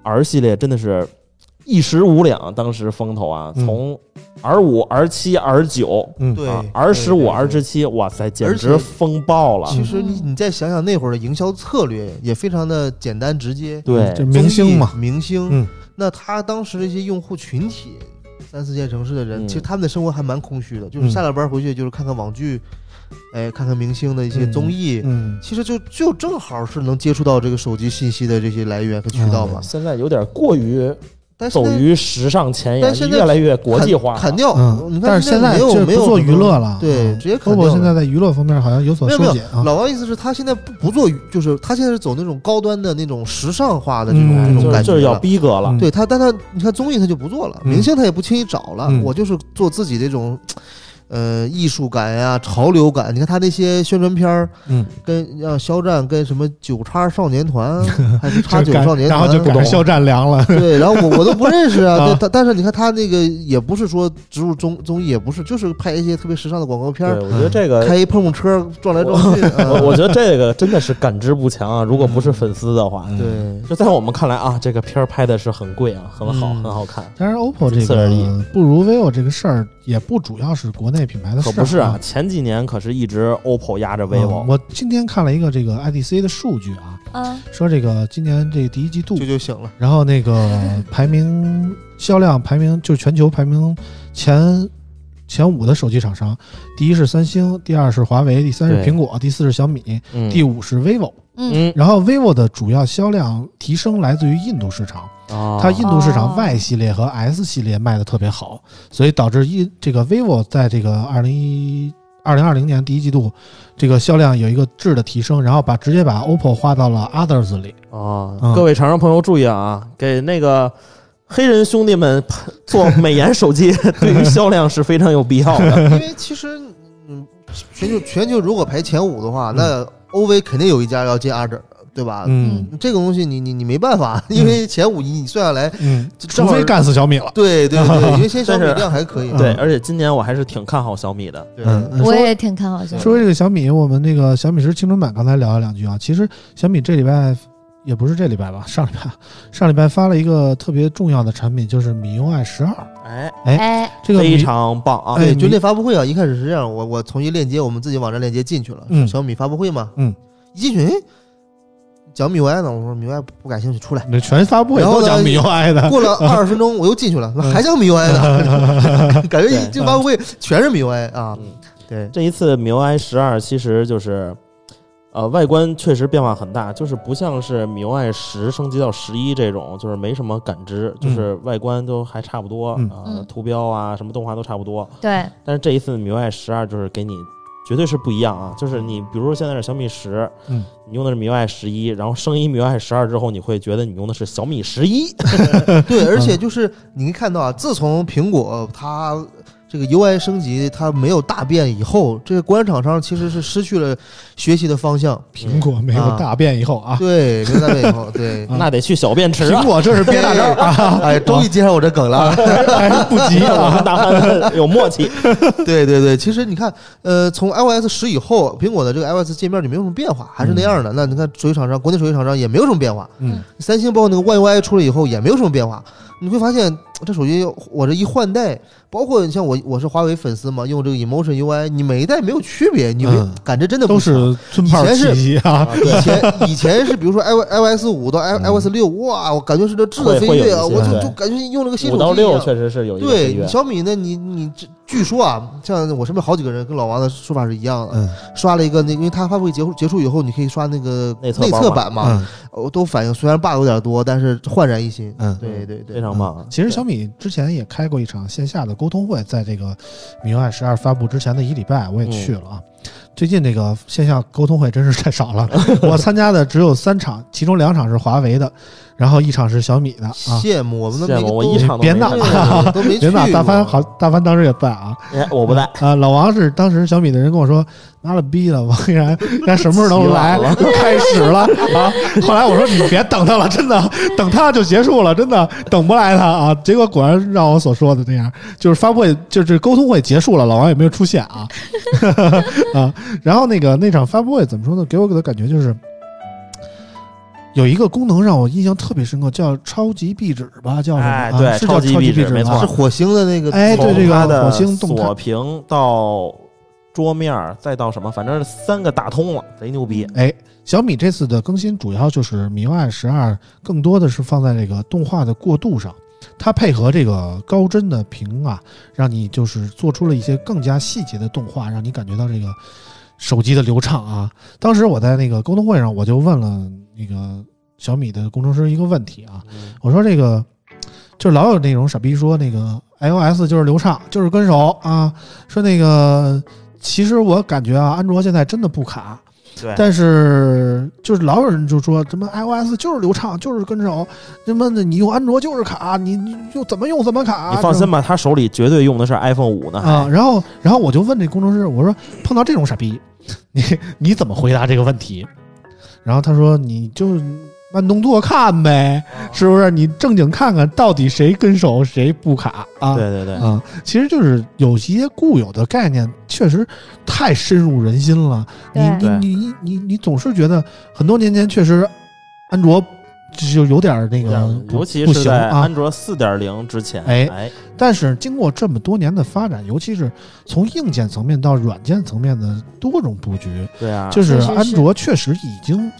D: R 系列真的是一时无两，当时风头啊，
C: 嗯
D: 从 R 五、R 七、R 九
C: 嗯，
E: 对
D: 啊，R 十
E: 对
D: 五、
E: 对
D: R 十七，哇塞，简
E: 而
D: 直
E: 且
D: 风暴了。
E: 其实你
G: 嗯
E: 你再想想那会儿的营销策略也非常的简单直接，
D: 对
C: 这明星嘛
E: 综艺，明星。
C: 嗯
E: 那他当时这些用户群体，三四线城市的人，
D: 嗯
E: 其实他们的生活还蛮空虚的，就
C: 嗯
E: 是下了班回去就是看看网剧，哎，看看明星的一些
C: 嗯
E: 综艺。
C: 嗯
E: 其实就就正好是能接触到这个手机信息的这些来源和渠道嘛。
C: 嗯
D: 现在有点过于
E: 但是
D: 走
E: 现在
D: 于时尚前
E: 但
D: 沿，
E: 现在
D: 越来越国际化了。
E: 砍掉，
C: 嗯
E: 哦你看，
C: 但是现在
E: 没有
C: 就是
E: 没
C: 不
E: 有
C: 做
E: 什
C: 娱
E: 么
C: 乐了，
E: 对，
C: 嗯
E: 直接砍掉
C: OPPO
E: 了。
C: 现在在娱乐方面好像有所
E: 没有没
C: 疏
E: 有
C: 解啊，
E: 老王意思是他现在不不做，就是他现在是走那种高端的那种时尚化的这种、
C: 嗯
E: 这
D: 就
E: 种
D: 是
E: 感觉
D: 就是要
E: 了
D: 逼格了
C: 嗯，
E: 对他，但他你看综艺他就不做了，
C: 嗯
E: 明星他也不轻易找了，
C: 嗯
E: 我就是做自己这种。呃艺术感呀、潮流感。你看他那些宣传片儿，
C: 嗯，
E: 跟让肖战跟什么九叉少年 团啊还是叉
C: 这
E: 九
C: 改
E: 少年
C: 然后
E: 团，
C: 就
E: 不
C: 改
E: 懂
C: 成肖战凉 了，
E: 对，然后我我都不认 识啊，
C: 啊
E: 对，但但是你看他那个也不是说植入综综艺，也不是，就是拍一些特别时尚的广告片
D: 对，
E: 儿，
D: 我觉得这个
E: 开一碰碰车撞来撞 去，啊
D: 呃我我觉得这个真的是感知不强啊！如果
C: 嗯
D: 不是粉丝的话，
E: 对，
D: 就在我们看来啊，这个片儿拍的是很贵啊，很好，
C: 嗯
D: 很好看。
C: 当然，OPPO 这
D: 仅此而已
C: 个不如 vivo 这个事儿，也不主要是国内品牌的事
D: 可
C: 儿，
D: 不是啊，。前几年可是一直 OPPO 压着
C: 嗯
D: vivo，
C: 我今天看了一个这个 IDC 的数据啊，
B: 嗯，
C: 说这个今年这第一季度
E: 这，就行 了。
C: 然后那个排名销量排名就是全球排名前前五的手机厂商，第一是三星，第二是华为，第三是
D: 对
C: 苹果，第四是小米，
D: 嗯
C: 第五是 vivo。
D: 嗯
C: 然后 vivo 的主要销量提升来自于印度市场，
D: 啊，
C: 它印度市场
B: 哦
C: Y 系列和 S 系列卖的特别好，所以导致一这个 vivo 在这个二零一二零二零年第一季度这个销量有一个质的提升，然后把直接把 OPPO 划到了 Others 里。
D: 啊
C: 嗯，
D: 各位厂商朋友注意啊，给那个黑人兄弟们拍做美颜手 机，对于销量是非常有必要的。
E: 因为其实，嗯，全球全球如果排前五的话，那 OV 肯定有一家要进 R 对吧？
C: 嗯
E: 这个东西你你你没办法，因为前五你你算下来，
C: 嗯，
E: 就
C: 除
E: 正好
C: 非干死小米了。
E: 对对对，因为现在消
D: 但
E: 费
D: 是
E: 量还可以，
C: 嗯
D: 对，而且今年我还是挺看好小米的。
E: 对
C: 嗯
B: 我也挺看好小米
C: 说回这个小米，我们那个小米十青春版刚才聊了两句啊，其实小米这礼拜也不是这礼拜吧， 上礼拜上礼拜发了一个特别重要的产品，就是米 UI 十二。
D: 哎，
B: 哎，
C: 这个米
D: 非常棒啊！
C: 哎
E: 对，就
C: 你
E: 那发布会啊，一开始是这样，我我从一链接，我们自己网站链接进去了，
C: 嗯
E: 小米发布会嘛，
C: 嗯，
E: 一进去，哎讲米 UI 呢，我说米 UI 不感兴趣，出来。
C: 那全发布会
E: 然后
C: 都
E: 呢
C: 讲米 UI 的，
E: 过了二十分钟，我又进去了，还讲米 UI 呢，
C: 嗯
E: 感觉一这发布会全是米 UI 啊
D: 嗯，
E: 对，
D: 这一次 MIUI 十二其实就是，呃，外观确实变化很大，就是不像是 MIUI 十升级到十一这种，就是没什么感知，
C: 嗯
D: 就是外观都还差不多，
C: 嗯
D: 啊、
B: 嗯
D: 图标啊什么动画都差不多。
B: 对，
D: 但是这一次 MIUI 十二就是给你绝对是不一样啊，就是你比如说现在是小米十，
C: 嗯，
D: 你用的是 MIUI 十一，然后升一 MIUI 十二之后，你会觉得你用的是小米十一，
E: 对，而
C: 嗯
E: 且就是你可以看到啊，自从苹果它这个 UI 升级它没有大变以后，这个国产厂商其实是失去了学习的方向。
C: 苹果没有大变以后啊，
E: 对，没有大变以后，对，
C: 啊
D: 那得去小便池
C: 苹
D: 啊。
C: 果这是憋大招儿啊，
E: 哎，终于接上我这梗了啊。
C: 还不急
D: 我
C: 啊
D: 们。大潘有默契，
E: 对对对，其实你看，呃，从 iOS 十以后，苹果的这个 iOS 界面就没有什么变化，还是那样的。那你看手机厂商，国内手机厂商也没有什么变化。
C: 嗯，
E: 三星包括那个 YY 出来以后也没有什么变化。你会发现这手机我这一换代，包括你像我我是华为粉丝嘛，用这个 Emotion UI，你每一代没有区别，你没、
C: 嗯
E: 感觉真的不
C: 都
E: 强
C: 是尊炮气息啊，
E: 以前以前是比如说 i iOS 五到 i iOS 六，哇，我感觉是这质的
D: 嗯会
E: 飞
D: 会有
E: 跃啊，
D: 一些
E: 我就
D: 对
E: 就感觉用了个
C: 啊
E: 新手
D: 五
E: 机
D: 到
E: 一样
D: 六确实是有一个飞
E: 对
D: 跃
E: 你小米呢，你你这据说啊，像我身边好几个人跟老王的说法是一样的，
C: 嗯
E: 刷了一个那，因为它发布会结束结束以后，你可以刷那个
D: 内测
E: 内测
D: 版
E: 版嘛，
C: 嗯
E: 我、都反映虽然 bug 有点多，但是焕然一新。
C: 嗯。
E: 对对对
D: 非，常棒啊。
C: 其实小米之前也开过一场线下的沟通会，在这个米 UI 十二发布之前的一礼拜，我也去
E: 嗯
C: 了啊。最近这个线下沟通会真是太少了， 我参加的只有三场，其中两场是华为的，然后一场是小米的啊。
E: 羡慕我们的
D: 羡
E: 每
D: 慕
E: 个
D: 我
E: 都
D: 一场都
C: 别
D: 没
C: 闹
D: 看
E: 对都没
C: 别
E: 去
C: 闹，
E: 过
C: 大帆好，大帆当时也在啊。
D: 哎，我不在，
C: 啊，老王是当时小米的人跟我说，妈了逼了，王一然，他什么时候能来
D: 急了？
C: 开始了啊！后来我说你别等他了，真的，等他就结束了，真的等不来他啊！结果果然让我所说的那样，就是发布会，就是沟通会结束了，老王也没有出现啊 啊！然后那个那场发布会怎么说呢？给我的感觉就是。有一个功能让我印象特别深刻，叫超级壁纸吧，叫什么？
D: 哎
C: 啊
D: 对
C: 是叫
D: 超级
C: 超
D: 壁纸
C: 纸
D: 没
C: 吧
D: 错
E: 是火星的那个，
C: 啊哎对这
D: 从
C: 个
D: 它的
C: 火星动态
D: 锁屏到桌面儿，再到什么，反正三个打通了，贼牛逼。
C: 哎，小米这次的更新主要就是 MIUI 十二，更多的是放在这个动画的过渡上，它配合这个高帧的屏啊，让你就是做出了一些更加细节的动画，让你感觉到这个手机的流畅啊。当时我在那个沟通会上，我就问了那个小米的工程师一个问题啊，
D: 嗯
C: 我说这个就是老有那种傻逼说那个 iOS 就是流畅，就是跟手啊，说那个其实我感觉啊，安卓现在真的不卡。
F: 对
C: 但是就是老有人就说什么 iOS 就是流畅，就是跟手，什么的你用安卓就是卡，你你就怎么用怎么卡。啊
D: 你放心吧，他手里绝对用的是 iPhone 五呢。
C: 这种啊。然后然后我就问这工程师，我说碰到这种傻逼，你你怎么回答这个问题？然后他说你就慢动作看呗，
D: 哦
C: 是不是？你正经看看到底谁跟手谁不卡啊？
D: 对对对，
C: 啊，其实就是有些固有的概念，确实太深入人心了。你你
D: 对
C: 你你你你总是觉得很多年前确实安卓就有点儿那
D: 有点
C: 个不
D: 尤其
C: 嗯不
D: 是
C: 行
D: 在
C: 啊
D: 安，卓四点零之前，
C: 哎
D: 哎，
C: 但是经过这么多年的发展，尤其是从硬件层面到软件层面的多种布局，
D: 对啊，
C: 就是
B: 是是
C: 安卓确实已经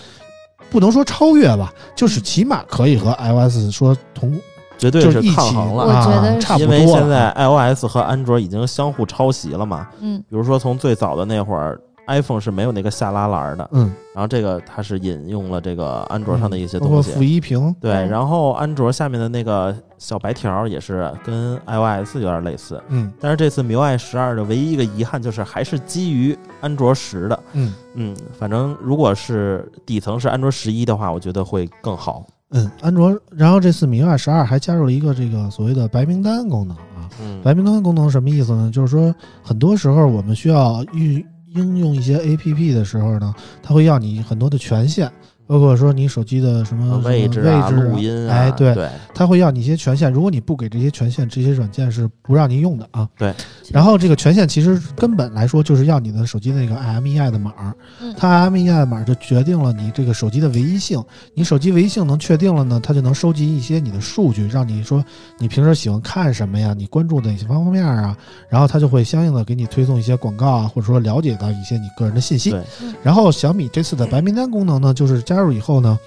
C: 不能说超越吧，就是起码可以和 iOS 说同
D: 绝对
C: 就是一
D: 抗
C: 起
D: 衡
B: 我
D: 了。
C: 啊
B: 觉得
C: 差不
D: 因
C: 多了。
D: 为现在 iOS 和安卓已经相互抄袭了嘛，
B: 嗯，
D: 比如说从最早的那会儿，iPhone 是没有那个下拉栏的，
C: 嗯，
D: 然后这个它是引用了这个安卓
C: 嗯
D: 上的一些
C: 包括
D: 东西，
C: 负一屏，
D: 对，
B: 对
D: 然后安卓下面的那个小白条也是跟 iOS 有点类似，
C: 嗯
D: 但是这次 MIUI 十二的唯一一个遗憾就是还是基于安卓十的，
C: 嗯。
D: 嗯，反正如果是底层是安卓十一的话，我觉得会更好，
C: 嗯，安卓，然后这次米 UI 十二还加入了一个这个所谓的白名单功能啊。
D: 嗯，
C: 白名单功能是什么意思呢？就是说，很多时候我们需要运应用一些 APP 的时候呢，它会要你很多的权限，包括说你手机的什么
D: 位置
C: 什么
D: 啊、
C: 位置
D: 录音啊，
C: 哎，对，
D: 对，
C: 它会要你一些权限。如果你不给这些权限，这些软件是不让你用的啊。
D: 对。
C: 然后这个权限其实根本来说就是要你的手机那个 IMEI 的码儿，
B: 嗯
C: 它 IMEI 的码儿就决定了你这个手机的唯一性。你手机唯一性能确定了呢，它就能收集一些你的数据，让你说你平时喜欢看什么呀，你关注哪些方面啊，然后它就会相应的给你推送一些广告啊，或者说了解到一些你个人的信息
D: 对。
C: 然后小米这次的白名单功能呢，就是加入以后呢，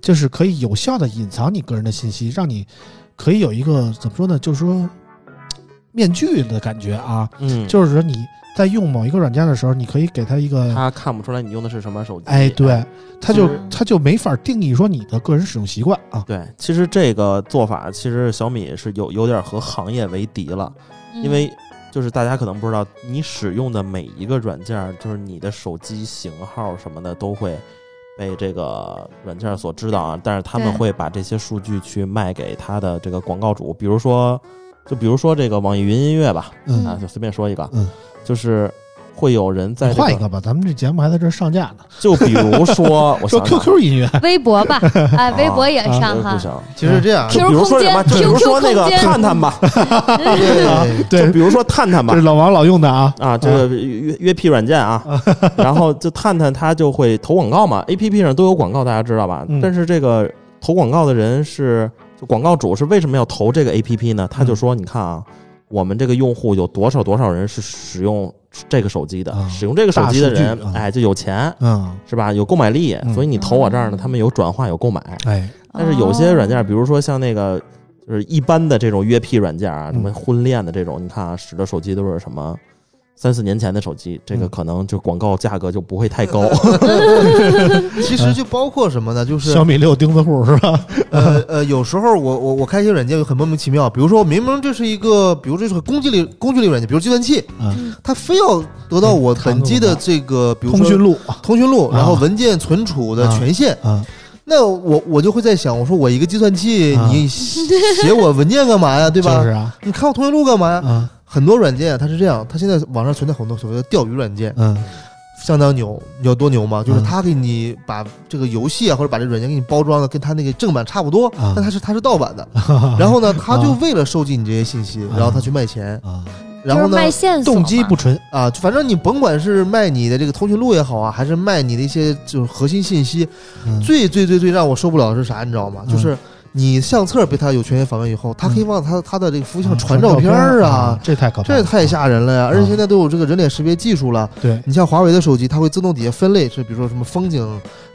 C: 就是可以有效的隐藏你个人的信息，让你可以有一个怎么说呢，就是说面具的感觉啊，
D: 嗯，
C: 就是说你在用某一个软件的时候，你可以给它一个。
D: 他看不出来你用的是什么手机，
C: 哎，对，它就
B: 嗯
C: 它就没法定义说你的个人使用习惯啊。
D: 对，其实这个做法，其实小米是有有点和行业为敌了，
B: 嗯
D: 因为就是大家可能不知道，你使用的每一个软件儿，就是你的手机型号什么的都会被这个软件儿所知道啊，但是他们
B: 对
D: 会把这些数据去卖给他的这个广告主，比如说，就比如说这个网易云音乐吧，
C: 嗯
D: 啊，就随便说一个，
C: 嗯
D: 就是会有人在、
C: 你
D: 这个、
C: 换一个吧，咱们这节目还在这儿上架呢。
D: 就比如说， 我
C: 说
D: 想想
C: QQ 音乐，
B: 微博吧，哎，
D: 啊
B: 微博也
C: 啊
B: 上
D: 呃
B: 哈
D: 不。行，
E: 其实这样，
D: 就比如说什么，就比
B: QQ 空间
D: 如说那
B: QQ
D: 个
B: 空间
D: 探探吧，
E: 对，
D: 就
C: 对，
D: 比如说探探吧
C: 这是，老王老用的啊。
D: 啊，这个约约 P 软 件啊， 然后就探探它就会投广告嘛，A P P 上都有广告，大家知道吧
C: 嗯？
D: 但是这个投广告的人是就广告主是为什么要投这个 A P P
C: 嗯
D: 呢？他就说，你看啊，我们这个用户有多少多少人是使用这个手机的
C: 啊，
D: 使用这个手机的人
C: 大数据啊，
D: 哎，就有钱。
C: 嗯，
D: 是吧？有购买力，
C: 嗯
D: 所以你投我这儿呢，他们有转化，有购买。
C: 哎，
D: 但是有些软件，
B: 哦
D: 比如说像那个，就是一般的这种约 P 软件啊，
C: 嗯
D: 什么婚恋的这种，你看啊，使的手机都是什么三四年前的手机，这个
C: 嗯
D: 可能就广告价格就不会太高。
E: 其实就包括什么呢？就是
C: 小米六钉子户是吧？
E: 呃呃，有时候我我我开一些软件就很莫名其妙，比如说明明这是一个，比如这是个工具类工具类软件，比如计算器，
C: 嗯
E: 它非要得
C: 哎
E: 到我本机的这个，比如
C: 通
E: 说
C: 讯录
E: 通讯录，
C: 啊
E: 然后文件存储的权限，
C: 啊，
E: 那我我就会在想，我说我一个计算器，
C: 啊
E: 你写我文件干嘛呀？对吧？
C: 就是啊，
E: 你看我通讯录干嘛呀？
C: 啊，
E: 很多软件它是这样，它现在网上存在很多所谓的钓鱼软件，
C: 嗯
E: 相当牛，有多牛吗？就是
C: 嗯
E: 它给你把这个游戏啊，或者把这软件给你包装的跟它那个正版差不多，
C: 啊
E: 但它是它是盗 版的。然后呢，它就为了收集你这些信息，
C: 啊
E: 然后它去卖钱，
C: 啊，
E: 然后
B: 就是
E: 呢，
B: 卖线索嘛
C: 动机不纯，
E: 啊，反正你甭管是卖你的这个通讯录也好啊，还是卖你的一些就是核心信息，
C: 嗯
E: 最最最最让我受不了的是啥，你知道吗？
C: 嗯
E: 就是你相册被他有权限访问以后，他可以往他他的这个服务器上嗯传照
C: 片
E: 片儿
C: 啊
E: 啊，，嗯
C: 这太可怕，
E: 这也太吓人了呀！而且现在都有这个人脸识别技术了，
C: 对
E: 你像华为的手机，它会自动底下分类，是比如说什么风景、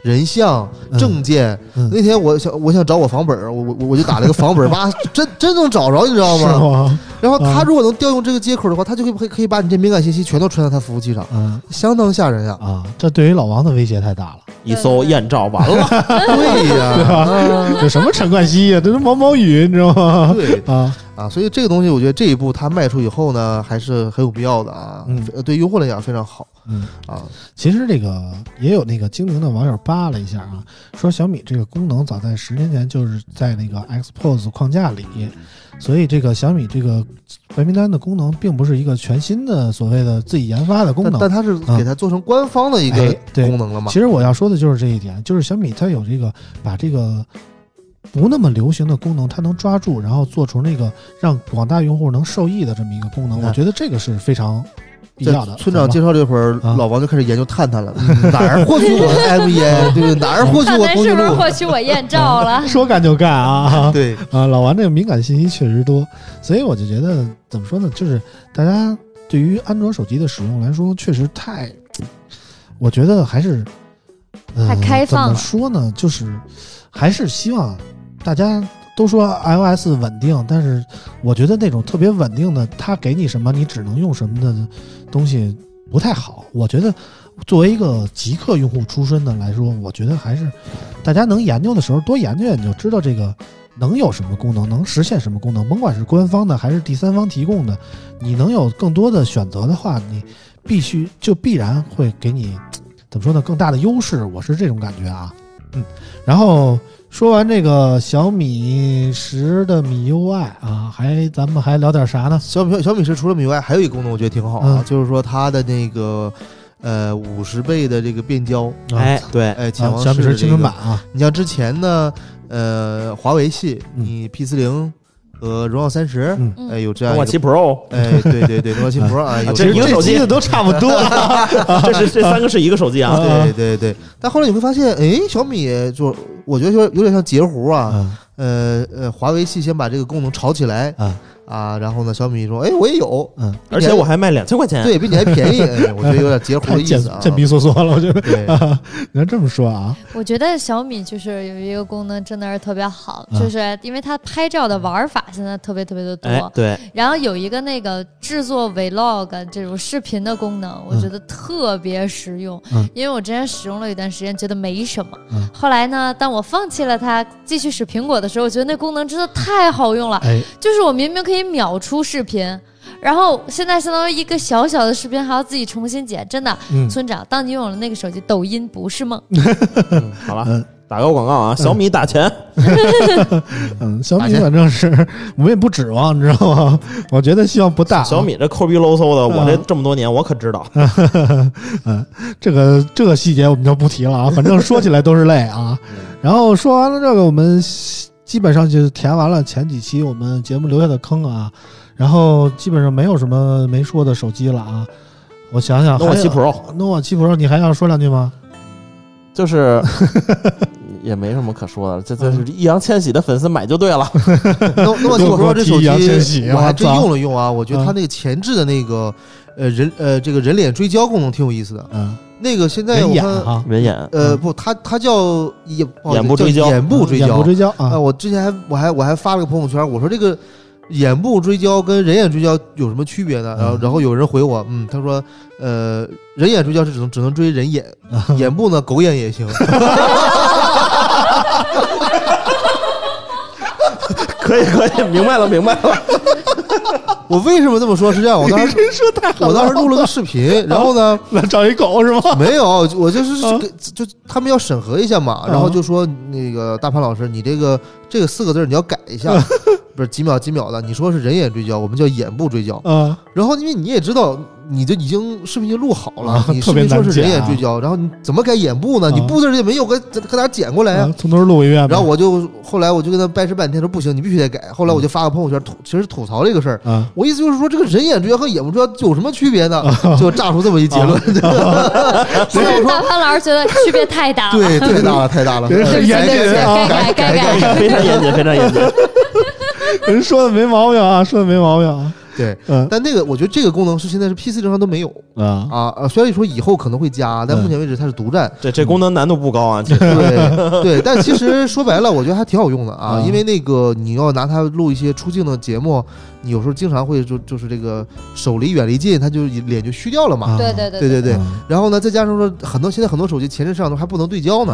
E: 人像、证件。
C: 嗯
E: 那天我想我想找我房本儿，我我我就打了一个房本儿，哇，真真能找着，你知道
C: 是
E: 吗？啊
C: 吗？
E: 然后
C: 嗯
E: 他如果能调用这个接口的话，他就可以可以把你这敏感信息全都传到他服务器上，
C: 嗯
E: 相当吓人呀！
C: 啊，这对于老王的威胁太大了，
D: 一搜艳照 完了，
E: 对呀，
C: 啊这什么陈冠希呀，这是毛毛雨，你知道吗？
E: 对，
C: 啊，
E: 啊，所以这个东西我觉得这一步它迈出以后呢，还是很有必要的啊，
C: 嗯
E: 非对用户来讲非常好
C: 嗯，
E: 啊，
C: 其实这个也有那个精明的网友扒了一下啊，说小米这个功能早在十年前就是在那个 Xpose 框架里，所以这个小米这个白名单的功能并不是一个全新的所谓的自己研发的功
E: 但
C: 能嗯
E: 但。它是给它做成官方的一个
C: 哎对
E: 功能了嘛
C: 其，实我要说的就是这一点，就是小米它有这个把这个不那么流行的功能，它能抓住，然后做出那个让广大用户能受益的这么一个功能，
E: 嗯
C: 我觉得这个是非常必要
E: 在
C: 的。
E: 村长介
C: 好吧
E: 绍这会儿，
C: 啊
E: 老王就开始研究探 探了，哪儿获取我的 MBA，对不对？哪儿获取
B: 看
E: 我
B: 咱
E: 通
B: 是
E: 讯
B: 不是
E: 录？
B: 获取我艳照了？
C: 说干就干啊！
E: 对，
C: 啊，老王这个敏感信息确实多，所以我就觉得怎么说呢，就是大家对于安卓手机的使用来说，确实太，我觉得还是、呃、
B: 太开
C: 怎
B: 放了
C: 么说呢，就是还是希望大家都说 iOS 稳定，但是我觉得那种特别稳定的，它给你什么你只能用什么的东西不太好。我觉得作为一个极客用户出身的来说，我觉得还是大家能研究的时候多研究研究，知道这个能有什么功能，能实现什么功能，甭管是官方的还是第三方提供的，你能有更多的选择的话，你必须就必然会给你怎么说呢更大的优势，我是这种感觉啊。嗯，然后说完这个小米十的米 UI 啊，还咱们还聊点啥呢？
E: 小米小米十除了米 UI 还有一个功能我觉得挺好啊
C: 嗯，
E: 就是说它的那个呃五十倍的这个变焦，
C: 啊
D: 哎，对，
E: 哎，潜
C: 啊
E: 望
C: 小米
E: 式
C: 十
E: 的
C: 青
E: 这
C: 春
E: 个
C: 版啊，
E: 你像之前呢，呃，华为系，
C: 嗯
E: 你 P 四零和荣耀三十，
C: 嗯
B: 嗯
E: 哎，有这样
D: 红
E: 一
D: 果
E: 个，
D: 七 Pro，
E: 哎，对对对，荣耀七 Pro 啊，有
D: 这一
E: 这
D: 个手
E: 种
D: 机
C: 啊机子都差不多了。
D: 这是这三个是一个手机啊。
E: 对对对，但后来你会发现，哎，小米就我觉得有有点像截胡啊，
C: 嗯
E: 呃呃，华为系先把这个功能炒起来
C: 嗯
E: 啊，然后呢，小米说，哎，我也有，
C: 嗯，
D: 而且我还卖两千块钱，
E: 对，比你还便宜，哎，我觉得有点截 胡
C: 太
E: 的意
C: 贱
E: 思啊，
C: 贱逼嗦嗦了，我觉得。
E: 对，
C: 你要这么说啊，
B: 我觉得小米就是有一个功能真的是特别好，
C: 嗯
B: 就是因为它拍照的玩法现在特别特别的多，
D: 哎，对，
B: 然后有一个那个制作 vlog 这种视频的功能，我
C: 嗯
B: 觉得特别实用，
C: 嗯
B: 因为我之前使用了一段时间，觉得没什么，
C: 嗯
B: 后来呢，当我放弃了它，继续使苹果的时候，我觉得那功能真的太好用了，
C: 哎，
B: 就是我明明可以秒出视频。然后现在相当于一个小小的视频还要自己重新剪，真的，
C: 嗯
B: 村长，当你拥有了那个手机，抖音不是梦。
D: 嗯好了
C: 嗯，
D: 打个广告啊，小米打钱，
C: 嗯，小
E: 打
C: 米
E: 钱
C: 反正是我们也不指望，你知道吗？我觉得希望不大、啊
D: 小，米这抠逼啰嗦的，我这
C: 嗯
D: 这么多年我可知道。
C: 嗯，这个这个细节我们就不提了啊，反正说起来都是泪 啊。
E: 嗯
C: 然后说完了这个，我们基本上就填完了前几期我们节目留下的坑啊，然后基本上没有什么没说的手机了啊。我想想，
D: 那我七 Pro
C: Pro，Nova 七 Pro，你还要说两句吗？
D: 就是 也没什么可说的，这这是易烊千玺的粉丝买就对 了。
E: 那那我听我说这手
C: 又给我提易烊千玺
E: 机，我还真
C: 我操
E: 用了用啊，我觉得它那个前置的那个呃人呃这个人脸追焦功能挺有意思的。
C: 嗯，
E: 那个现在
C: 人
E: 我
C: 眼
E: 看
C: 啊，
D: 人眼
E: 呃
C: 嗯
E: 不，它它叫眼不好意思
D: 眼部追焦
E: 叫眼部追
C: 眼
E: 焦
C: 部。嗯追焦
E: 啊，
C: 啊，
E: 我之前还我还我还发了个朋友圈，我说这个眼部追焦跟人眼追焦有什么区别呢？然后
C: 嗯
E: 然后有人回我，嗯，他说呃人眼追焦是只能只能追人眼，眼部呢狗眼也行。
D: 可以可以，明白了明白了。
E: 我为什么这么说？是这样，我当时我当时录了个视频，然后呢。
C: 那找一狗是吗？
E: 没有，我就是
C: 啊
E: 给就他们要审核一下嘛，
C: 啊
E: 然后就说那个大潘老师，你这个这个四个字儿你要改一下，
C: 嗯
E: 不是几秒几秒的，你说是人眼追焦，我们叫眼部追焦。
C: 啊，
E: 然后因为你也知道，你就已经视频就录好了
C: 啊，
E: 你视
C: 特别
E: 频
C: 难
E: 说是人
C: 剪
E: 眼
C: 啊
E: 追焦，然后你怎么改眼部呢？你
C: 啊
E: 步骤也没有，给给大家剪过来啊
C: 啊。从头录一遍呗。
E: 然后我就后来我就跟他掰扯半天，说不行，你必须得改。后来我就发个朋友圈吐，其实吐槽这个事儿。
C: 啊，
E: 我意思就是说，这个人眼追焦和眼部追焦有什么 区别呢？就炸出这么一结论。
C: 啊
B: 所以大潘老师觉得区别太大了。
E: 对，太大了，太大了。
C: 人是眼睛
B: 对对对，
C: 人啊
B: 该改该改。
D: 非常严谨，非常严谨。
C: 人说的没毛病啊，说的没毛病啊。
E: 对，
C: 嗯
E: 但那个我觉得这个功能是现在是 PC 正常都没有
C: 啊，
E: 啊呃，虽然说以后可能会加，但目前为止它是独占。
D: 这这功能难度不高啊，这
C: 嗯
E: 对对，但其实说白了，我觉得还挺好用的啊，
C: 嗯
E: 因为那个你要拿它录一些出镜的节目，你有时候经常会就就是这个手离远离近，它就脸就虚掉了嘛。
C: 啊
G: 对对对
E: 对对对，
C: 啊
E: 然后呢，再加上说很多现在很多手机前置摄像头还不能对焦呢。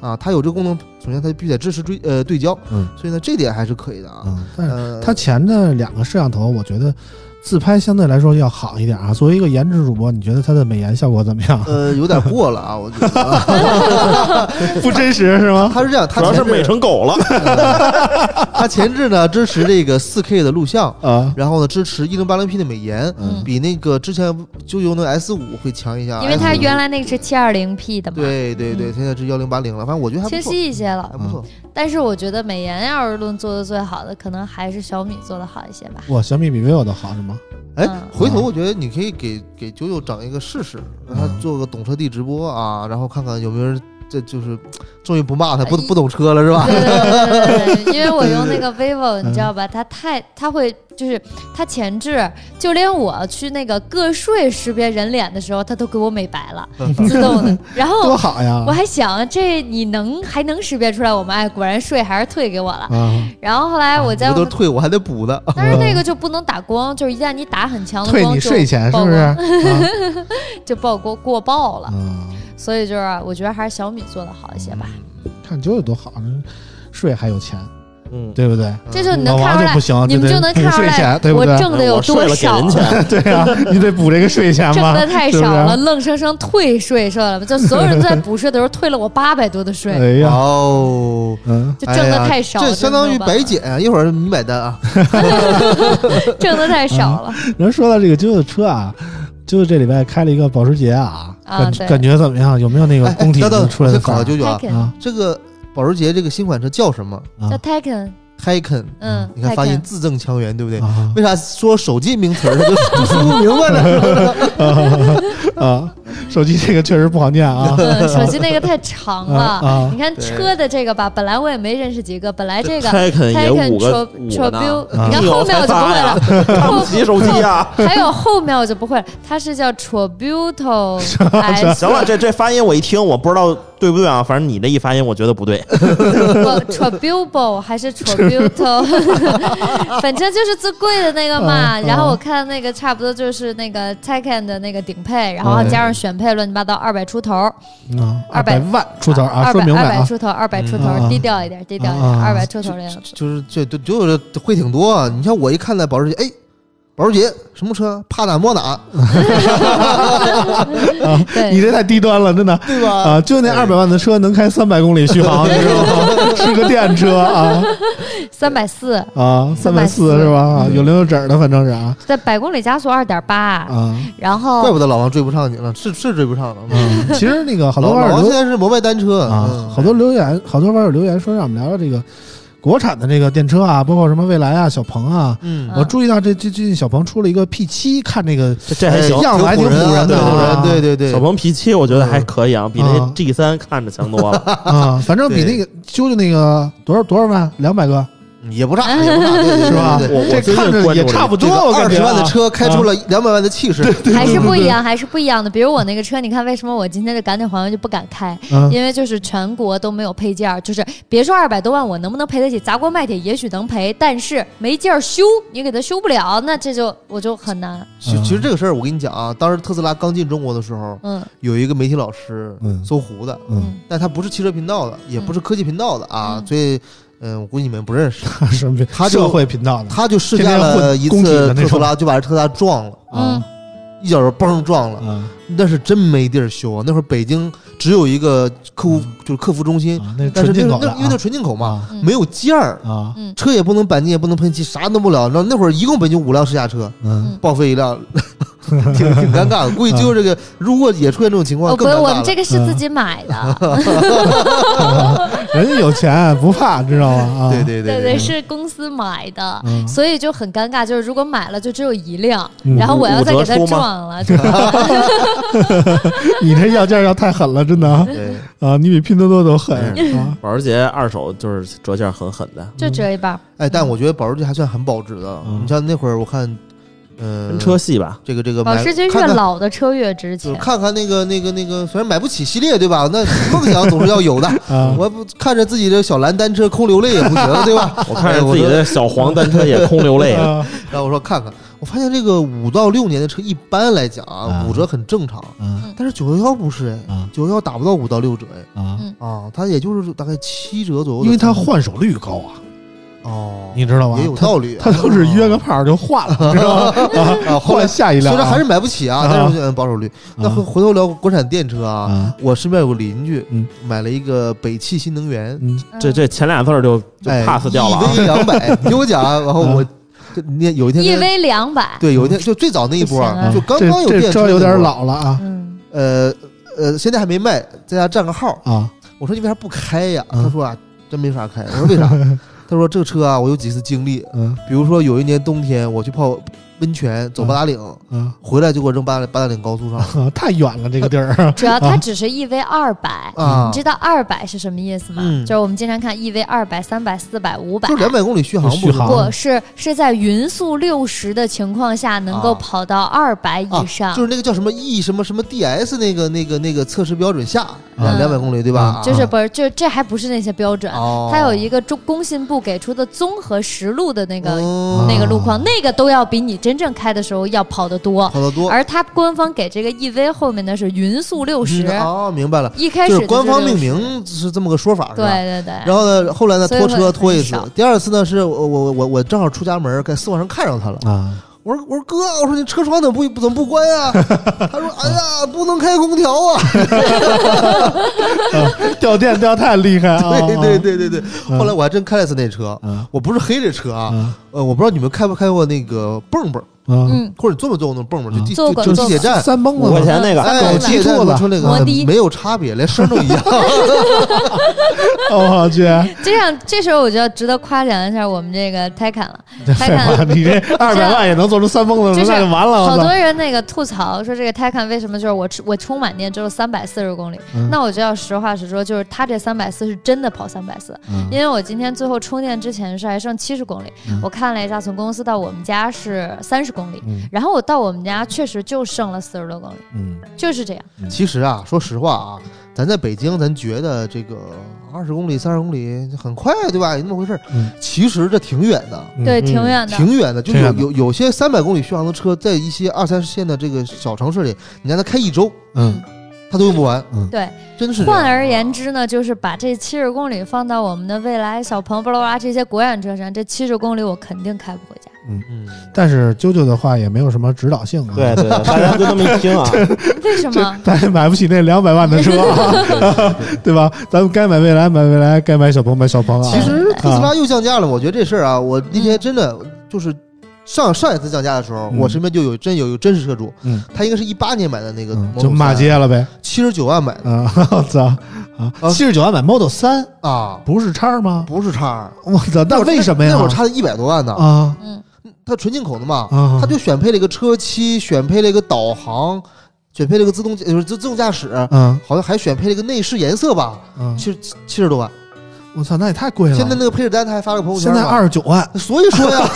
C: 啊
E: 啊，它有这个功能，首先它必须得支持追呃对焦，
C: 嗯
E: 所以呢，这点还是可以的啊。
C: 啊！但是
E: 呃，
C: 它前的两个摄像头，我觉得自拍相对来说要好一点啊。作为一个颜值主播，你觉得它的美颜效果怎么 样？
E: 呃有点过了啊，我觉得啊
C: 不真实是吗？
E: 它是这样，它
D: 主要是
E: 前
D: 美
E: 置
D: 成狗了。
E: 它前置呢支持这个四 K 的录像，
C: 啊，
E: 然后呢支持一零八零 P 的美颜，
C: 嗯
E: 比那个之前就用的 S 五会强一下，
B: 因为它
E: S5
B: 原来那个是七二零 P 的嘛，
E: 嗯对对对，现在是幺零八零了，反正我觉得还
B: 清
E: 不错，
B: 晰一些了。
E: 还不错。
B: 但是我觉得美颜要是论做的最好的，可能还是小米做的好一些吧。
C: 哇，小米比 vivo 都好是吗？
E: 哎
B: 嗯，
E: 回头我觉得你可以给给九九整一个试试，
B: 嗯
E: 让他做个懂车帝直播啊，然后看看有没有人，这就是终于不骂他不
B: 哎
E: 不懂车了是吧？
B: 对对对对对，因为我用那个 vivo，你知道吧？它太它会就是它前置，就连我去那个个税识别人脸的时候，它都给我美白了，自动的。然
C: 多
B: 后
C: 好呀
B: 哦我！还想，这你能还能识别出来我吗？哎，果然税还是退给我了。
C: 啊，
B: 然后后来我再
E: 我都
B: 用，
E: 退我还得补呢。
B: 但是那个就不能打光，就是一旦你打很强的
C: 退
B: 光，
C: 你
B: 就
C: 税钱是
B: 曝
C: 不是？
B: 光
C: 啊
B: 就曝光过曝 了。
C: 啊，
B: 所以就是我觉得还是小米做的好一些吧。
C: 看九九多好，税还有钱，
D: 嗯，
C: 对不对？
B: 这就你
C: 老
B: 能
C: 王
B: 看出
C: 就
B: 来
C: 不，行，
B: 你们
C: 就
B: 就
C: 得
B: 能
C: 补
B: 看出
C: 税
B: 来
C: 钱，对不
B: 我
C: 对？
B: 挣的有
D: 我睡
B: 多
D: 了给
B: 少
D: 人。钱，
C: 对啊，你得补这个税钱
B: 挣
C: 嘛，
B: 的太
C: 啊对不啊
B: 少
C: 对
B: 了，。愣生生退税税了，就所有人都在补税 的时候退了我八百多的税，啊
C: 哎呀，
E: 哦，
C: 嗯，
B: 就挣的太少，
E: 哎呀这
B: 真
E: 相当
B: 没
E: 于
B: 有办法
E: 白，捡啊！一会儿你买单啊。
B: 挣的太少了。
C: 然后说到这个九九车啊，就是这礼拜开了一个保时捷啊，
B: 啊
C: 感
B: 对
C: 感觉怎么样？有没有那个
E: 哎，
C: 工体
E: 等等，
C: 出来
E: 我
C: 的
E: 先
C: 范
E: 考
C: 儿
E: 考九九啊，
B: Taycan
C: 啊？
E: 这个保时捷这个新款车叫什么
C: 啊
B: 叫 Taycan，
E: ？Taycan，
B: 嗯，
E: 你看发音
B: Taycan
E: 字正腔圆，对不对？
C: 啊
E: 为啥说手机名词儿他就就说不明白了？
C: 啊，手机这个确实不好念 啊。
B: 嗯，手机那个太长
C: 啊
B: 了。
C: 啊
B: 你看
E: 对
B: 车的这个吧，本来我也没认识几个，本来这个
D: Taycan 也
B: Taycan
D: 五个
B: Tra-
D: 五个呢
B: Trabu，，你
E: 啊
B: 看
D: 嗯
B: 后面我就不会 了，
D: 看不起手机啊！
B: 还有后面我就不会了，它是叫 Tributo S
D: 行了，这这发音我一听我不知道对不对啊，反正你这一发音我觉得不对。
B: Tributo 还 是 Tributo，反正就是最贵的那个嘛。
C: 嗯嗯
B: 然后我看那个差不多就是那个 Taycan 的那个顶配，然后还加上选配，乱七八糟二百出头，
C: 啊，
B: 二百
C: 万出头啊，
B: 二
C: 说
B: 百
C: 明
B: 二
C: 白
B: 百
C: 啊。
B: 出头，二百出
C: 嗯
B: 头，
C: 嗯
B: 低调一点，低调一
C: 嗯嗯
B: 点，
C: 嗯
B: 二百出头的样子。
E: 就是这对九九这会挺多啊。你像我一看那保时捷，哎，保时捷什么车？怕打摸打，
C: 你
B: 对，
C: 这太低端了，真的
E: 对吧？
C: 啊！就那二百万的车能开三百公里续航，你知道吗？ 是个电车啊
B: 三百四，
C: 啊，三百四是吧？啊有零有整的，反正是啊
B: 在百公里加速二点八，
C: 啊。
B: 然
E: 怪
B: 后
E: 不得老王追不上你了，是是追不上 了。
C: 嗯其实那个好多
E: 老
C: 网
E: 老
C: 友
E: 王现
C: 留
E: 在是摩拜单车
C: 啊，
E: 嗯
C: 好多留言，好多网友留言说让我们聊聊这个国产的这个电车啊，包括什么蔚来啊、小鹏啊。
E: 嗯，
C: 我注意到这最最近小鹏出了一个 P 七，看这个
D: 这这还行
C: 哎，样子还挺唬人的啊
E: 唬人，对对对，
D: 小鹏 P 七我觉得还可以啊，比那
C: 嗯
D: G 三看着强多 了。
C: 啊，反正比那个揪揪那个多少多少万，两百个
E: 也不差，也不差，对对对
C: 是吧？
E: 对对
D: 我
C: 这
D: 最近
C: 看着
D: 关注
C: 也
D: 了
C: 差不
E: 这
C: 多，
E: 个
C: 我
E: 二
C: 感觉
E: 十
C: 啊
E: 万的车开出了两百万的气势，
B: 还是不一样，还是不一样的。比如我那个车，你看为什么我今天就赶紧还完就不敢开？
C: 嗯
B: 因为就是全国都没有配件儿，就是别说二百多万，我能不能赔得起？砸锅卖铁也许能赔，但是没劲儿修，你给它修不了，那这就我就很难。
E: 其
C: 嗯
E: 其实这个事儿，我跟你讲啊，当时特斯拉刚进中国的时候，
B: 嗯
E: 有一个媒体老师，
C: 嗯
E: 搜狐的，
C: 嗯，
E: 但他不是汽车频道的，也不是科技频道的啊，
B: 嗯
E: 所以，嗯、我估计你们不认识。
C: 什么
E: 他就
C: 社会频道的
E: 他就试驾了一
C: 天天混工体的
E: 次
C: 那种
E: 特斯拉，就把这特斯拉撞了，
C: 啊
E: 一脚就嘣撞了，
C: 啊
E: 那是真没地儿修啊。那会儿北京只有一个客户，就是客服中心，
C: 啊，那
E: 但是
C: 嗯纯进
E: 嗯那是
C: 口的
E: 那
C: 啊
E: 因为那纯进口嘛，
C: 啊
B: 嗯
E: 没有件儿，
C: 啊
B: 嗯
E: 车也不能钣金，也不能喷漆，啥都不了。然后那会儿一共北京五辆试驾车，
C: 嗯
E: 报废一辆， 挺挺尴 尬的。估计就这个，如果也出现这种情况，
B: 哦不，
E: 更尴尬
B: 我
E: 了
B: 们这个是自己买的，
C: 人家有钱不怕，知道吗？啊，
E: 对对
B: 对
E: 对
B: 对，，是公司买的。
C: 嗯
B: 所以就很尴尬，就是如果买了就只有一辆，
C: 嗯
B: 然后我要再给它
D: 五折出吗
B: 撞了，就
C: 你这要价要太狠了，真的啊
E: 对
C: 啊！你比拼多多都狠啊！
D: 保时捷二手就是折价很狠的，
B: 就折一半儿。
E: 哎，但我觉得保时捷还算很保值的。
C: 嗯
E: 你像那会儿，我看嗯，
D: 跟车系吧，
E: 这个这个
B: 保
E: 买
B: 时捷越
E: 看看
B: 老的车越值
E: 就是
B: 钱，
E: 看看那个那个那个，虽然买不起系列对吧？那梦想总是要 有的。
C: 啊，
E: 我不看着自己的小蓝单车空流泪也不行，对吧？
B: 哎
E: 哎
D: 我看着自己的小黄单车也空 流泪了。
C: 啊
E: 然后我说看看，我发现这个五到六年的车一般来讲
C: 啊，
E: 啊五折很正常，
B: 嗯
C: 啊
E: 但是九幺幺不是哎，
C: 啊
E: 九幺幺打不到五到六折哎，
C: 啊，
B: 嗯
E: 啊，它也就是大概七折左右的成本，
C: 因为它换手率高啊，
E: 哦
C: 你知道吗？
E: 也有
C: 它
E: 道理啊，
C: 他都是约个炮儿就换了， 你知道吗？
E: 啊，
C: 后来下一
E: 虽
C: 辆
E: 然
C: 啊
E: 还是买不起啊，
C: 啊
E: 但是我觉得嗯保守率。那回回头聊国产电车啊，
C: 啊，
E: 我身边有个邻居，
C: 嗯
E: 买了一个北汽新能源，
C: 嗯
D: 这这前俩字儿就就
E: 哎
D: pass 掉了啊
E: 一！分两百，你听我讲啊，然后我就那有一天
B: 一嗯 E
E: 跟，
B: V 两百，
E: 对，有一天就最早那一波啊，
C: 啊
E: 就刚刚有
C: 这
E: 电
C: 这
E: 车，
C: 车有点，老了啊
B: 嗯，
E: 呃呃，现在还没卖，在家占个号。
C: 啊
E: 我说你为啥不开呀？
C: 嗯
E: 他说啊，真没法开。我说为 啥？他说这车啊，我有几次经历，
C: 嗯
E: 比如说有一年冬天我去泡温泉，走八达岭，
C: 嗯
E: 回来就给我扔八达八达岭高速上
C: 啊， 太远了这个地儿
B: 主要它只是 E V 二百。
E: 啊
B: 你，知道二百是什么意思吗？
E: 嗯
B: 就是我们经常看 E V 二百、三百、四百、五百
E: 就，两百啊公里续航不
C: 续航
E: 是吗
B: 不是是在匀速六十的情况下能够
E: 啊
B: 跑到二百以上，
E: 啊，就是那个叫什么 E 什么什么 DS 那个那个那个测试标准下
B: 嗯
E: 两百公里对吧？啊
B: 就是不是就这还不是那些标准，
E: 哦，
B: 它有一个中工信部给出的综合实路的那个、
E: 哦
B: 那个路
C: 啊
B: 况，那个都要比你真正开的时候要跑得多。
E: 跑得多，
B: 而它官方给这个 EV 后面的是匀速六十、
E: 嗯哦，明白了，
B: 一开始
E: 就是官方
B: 60
E: 命。名是这么个说法，是
B: 对
E: 吧？
B: 对对，
E: 然后呢，后来呢，
B: 哎所以
E: 拖车
B: 会
E: 拖一次
B: 很少，
E: 第二次呢，是我我我我正好出家门，在四网上看上 他了，
C: 啊
E: 我说我说哥，我说你车窗怎么不怎么不关 啊？他说哎呀，不能开空调啊！
C: 掉电掉太厉害
B: 哦
C: 啊！
E: 对对对对对，
C: 嗯
E: 后来我还真开了次那车，
B: 嗯
C: 啊
E: 我不是黑这车啊，
C: 啊
E: 呃，我不知道你们开没开过那个蹦蹦，
C: 啊！
B: 嗯，
E: 或者你坐没坐过那种蹦蹦，就
C: 嗯
E: 地
B: 坐
E: 就
B: 过
E: 就
B: 坐
E: 地铁
B: 过
E: 站。
C: 三蹦
D: 五
C: 子
D: 块
C: 嘛
D: 钱那个，
E: 哎，
B: 狗
E: 地铁
C: 骑
E: 站
C: 兔子
E: 说那
B: 摩
E: 个
B: 的
E: 没有差别，连声都一样。
C: 我哦去，
B: 这样这时候我就要值得夸奖一下我们这个 Taycan 了。
C: 废话，你 这二百万也能做出三蹦子
B: 啊就
C: 了，嗯
B: 是
C: 那就完了。
B: 好
C: 我操
B: 多人那个吐槽说这个 Taycan 为什么就是我吃我充满电只有三百四十公里？
C: 嗯
B: 那我就要实话实说，就是它这三百四是真的跑三百四，因为我今天最后充电之前是还剩七十公里，
C: 嗯
B: 我看了一下，从公司到我们家是三十公里，
C: 嗯
B: 然后我到我们家确实就剩了四十多公里，
C: 嗯
B: 就是这样。
E: 其实啊，说实话啊，咱在北京，咱觉得这个二十公里、三十公里很快，对吧？有那么回事儿。
C: 嗯
E: 其实这挺远的，
C: 嗯
B: 对，挺远的。
E: 挺远的。就
C: 挺
E: 有
C: 远的
E: 有有些三百公里续航的车，在一些二三线的这个小城市里，你让它开一周，
C: 嗯
E: 它都用不完。
C: 嗯
B: 对，
E: 真是这样。
B: 换而言之呢，就是把这七十公里放到我们的蔚来、小鹏、巴拉巴拉这些国产车上，这七十公里我肯定开不回家。
E: 嗯，
C: 但是啾啾的话也没有什么指导性啊。
D: 对对，对大家就这么一听啊，
B: 为
C: 这
B: 什么？
C: 咱也买不起那两百万的车、啊， 对吧？咱们该买蔚来买蔚来，该买小鹏买小鹏啊。
E: 其实
B: 对
E: 特斯拉又降价了，我觉得这事儿啊，我那
B: 嗯
E: 天真的就是上上一次降价的时候，
C: 嗯
E: 我身边就有真有有真实车主，
C: 嗯
E: 他应该是一八年买的那个
C: 嗯，就骂街了呗。
E: 七十九万买的
C: 啊，我操啊！七十九万买 Model 三
E: 啊，
C: 不是叉吗？
E: 不是叉二，
C: 我操，那
E: 会儿
C: 为什么呀
E: 那会儿？差一百多万呢，
C: 啊
B: 嗯，
E: 它纯进口的嘛，
C: 啊！
E: 它就选配了一个车漆，选配了一个导航，选配了一个自动就是自自动驾驶，
C: 嗯
E: 好像还选配了一个内饰颜色吧，
C: 嗯，
E: 七七十多万。
C: 我操，那也太贵了。
E: 现在那个配置单他还发了个朋友圈
C: 现
E: 嘛，
C: 在二十九万
E: 所以 说呀，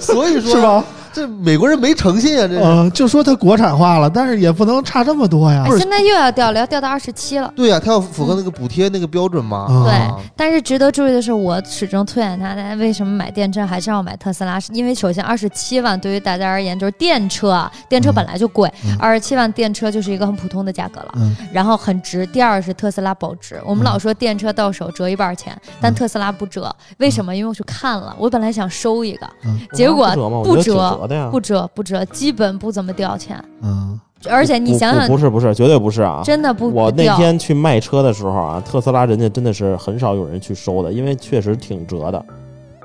E: 所以说呀
C: 是？吧？
E: 这美国人没诚信啊，这是。
C: 嗯，就说它国产化了，但是也不能差这么多呀
B: 哎。，现在又要掉了，要掉到二十七了。
E: 对呀、他要符合那个补贴那个标准嘛。
C: 啊
B: 对，但是值得注意的是，我始终推荐它。大家为什么买电车还是要买特斯拉？是因为首先二十七万对于大家而言就是电车，啊，电车本来就贵
C: 嗯，
B: 二十七万电车就是一个很普通的价格了，
C: 嗯
B: 然后很值。第二是特斯拉保值，我
C: 嗯
B: 们老说电车到手折一半钱，但特斯拉不折，为什么？因为我去看了，我本来想收一个，
C: 嗯
B: 结果
D: 不折吗？
B: 不折
D: 我觉得挺折的呀，
B: 不折不折，基本不怎么掉钱。
C: 嗯
B: 而且你
D: 不
B: 想
D: 不
B: 想，
D: 不是不是，绝对不是啊！
B: 真的不
D: 我
B: 不
D: 那
B: 掉。
D: 天去卖车的时候啊，特斯拉人家真的是很少有人去收的，因为确实挺折的，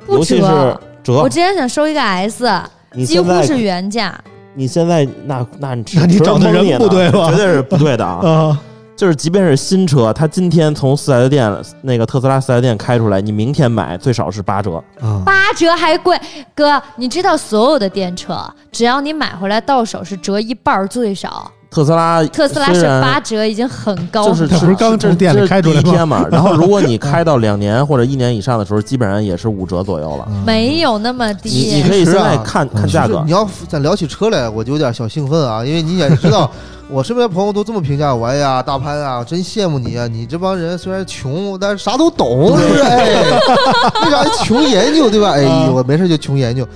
B: 不
D: 尤其是
B: 折
D: 折
B: 我。之前想收一个 S，
D: 你
B: 几
D: 现
B: 乎是
D: 在
B: 原价。
D: 你现在那 那你
C: 那你找的人不对吧
D: 绝对是不对的啊！
C: 啊
D: 就是即便是新车，它今天从四 S 店那个特斯拉四 S 店开出来，你明天买最少是八折。
C: 啊
B: 八折还贵，哥，你知道所有的电车，只要你买回来到手是折一半儿最少，
D: 特斯拉
B: 特斯拉是
D: 虽然
B: 八折，已经很高
D: 就
B: 了。
D: 是
C: 这不是刚
D: 这
C: 从店里
D: 这
C: 开出来吗
D: 第一天嘛，然后如 果你开到两年或者一年以上的时候，基本上也是五折左右了。
B: 没有那么
D: 你
B: 嗯低
D: 你。可以
E: 其
D: 现
E: 实啊
D: 在
C: 嗯
D: 看看
E: 其实
D: 价格
E: 你，要咱聊起车来，我就有点小兴奋啊，因为你也知 道，我身边朋友都这么评价我，哎呀，大潘啊，真羡慕你啊，你这帮人虽然穷，但是啥都懂，是不 是？哎，为啥穷研究对吧？哎，
C: 啊
E: 我没事就穷研究。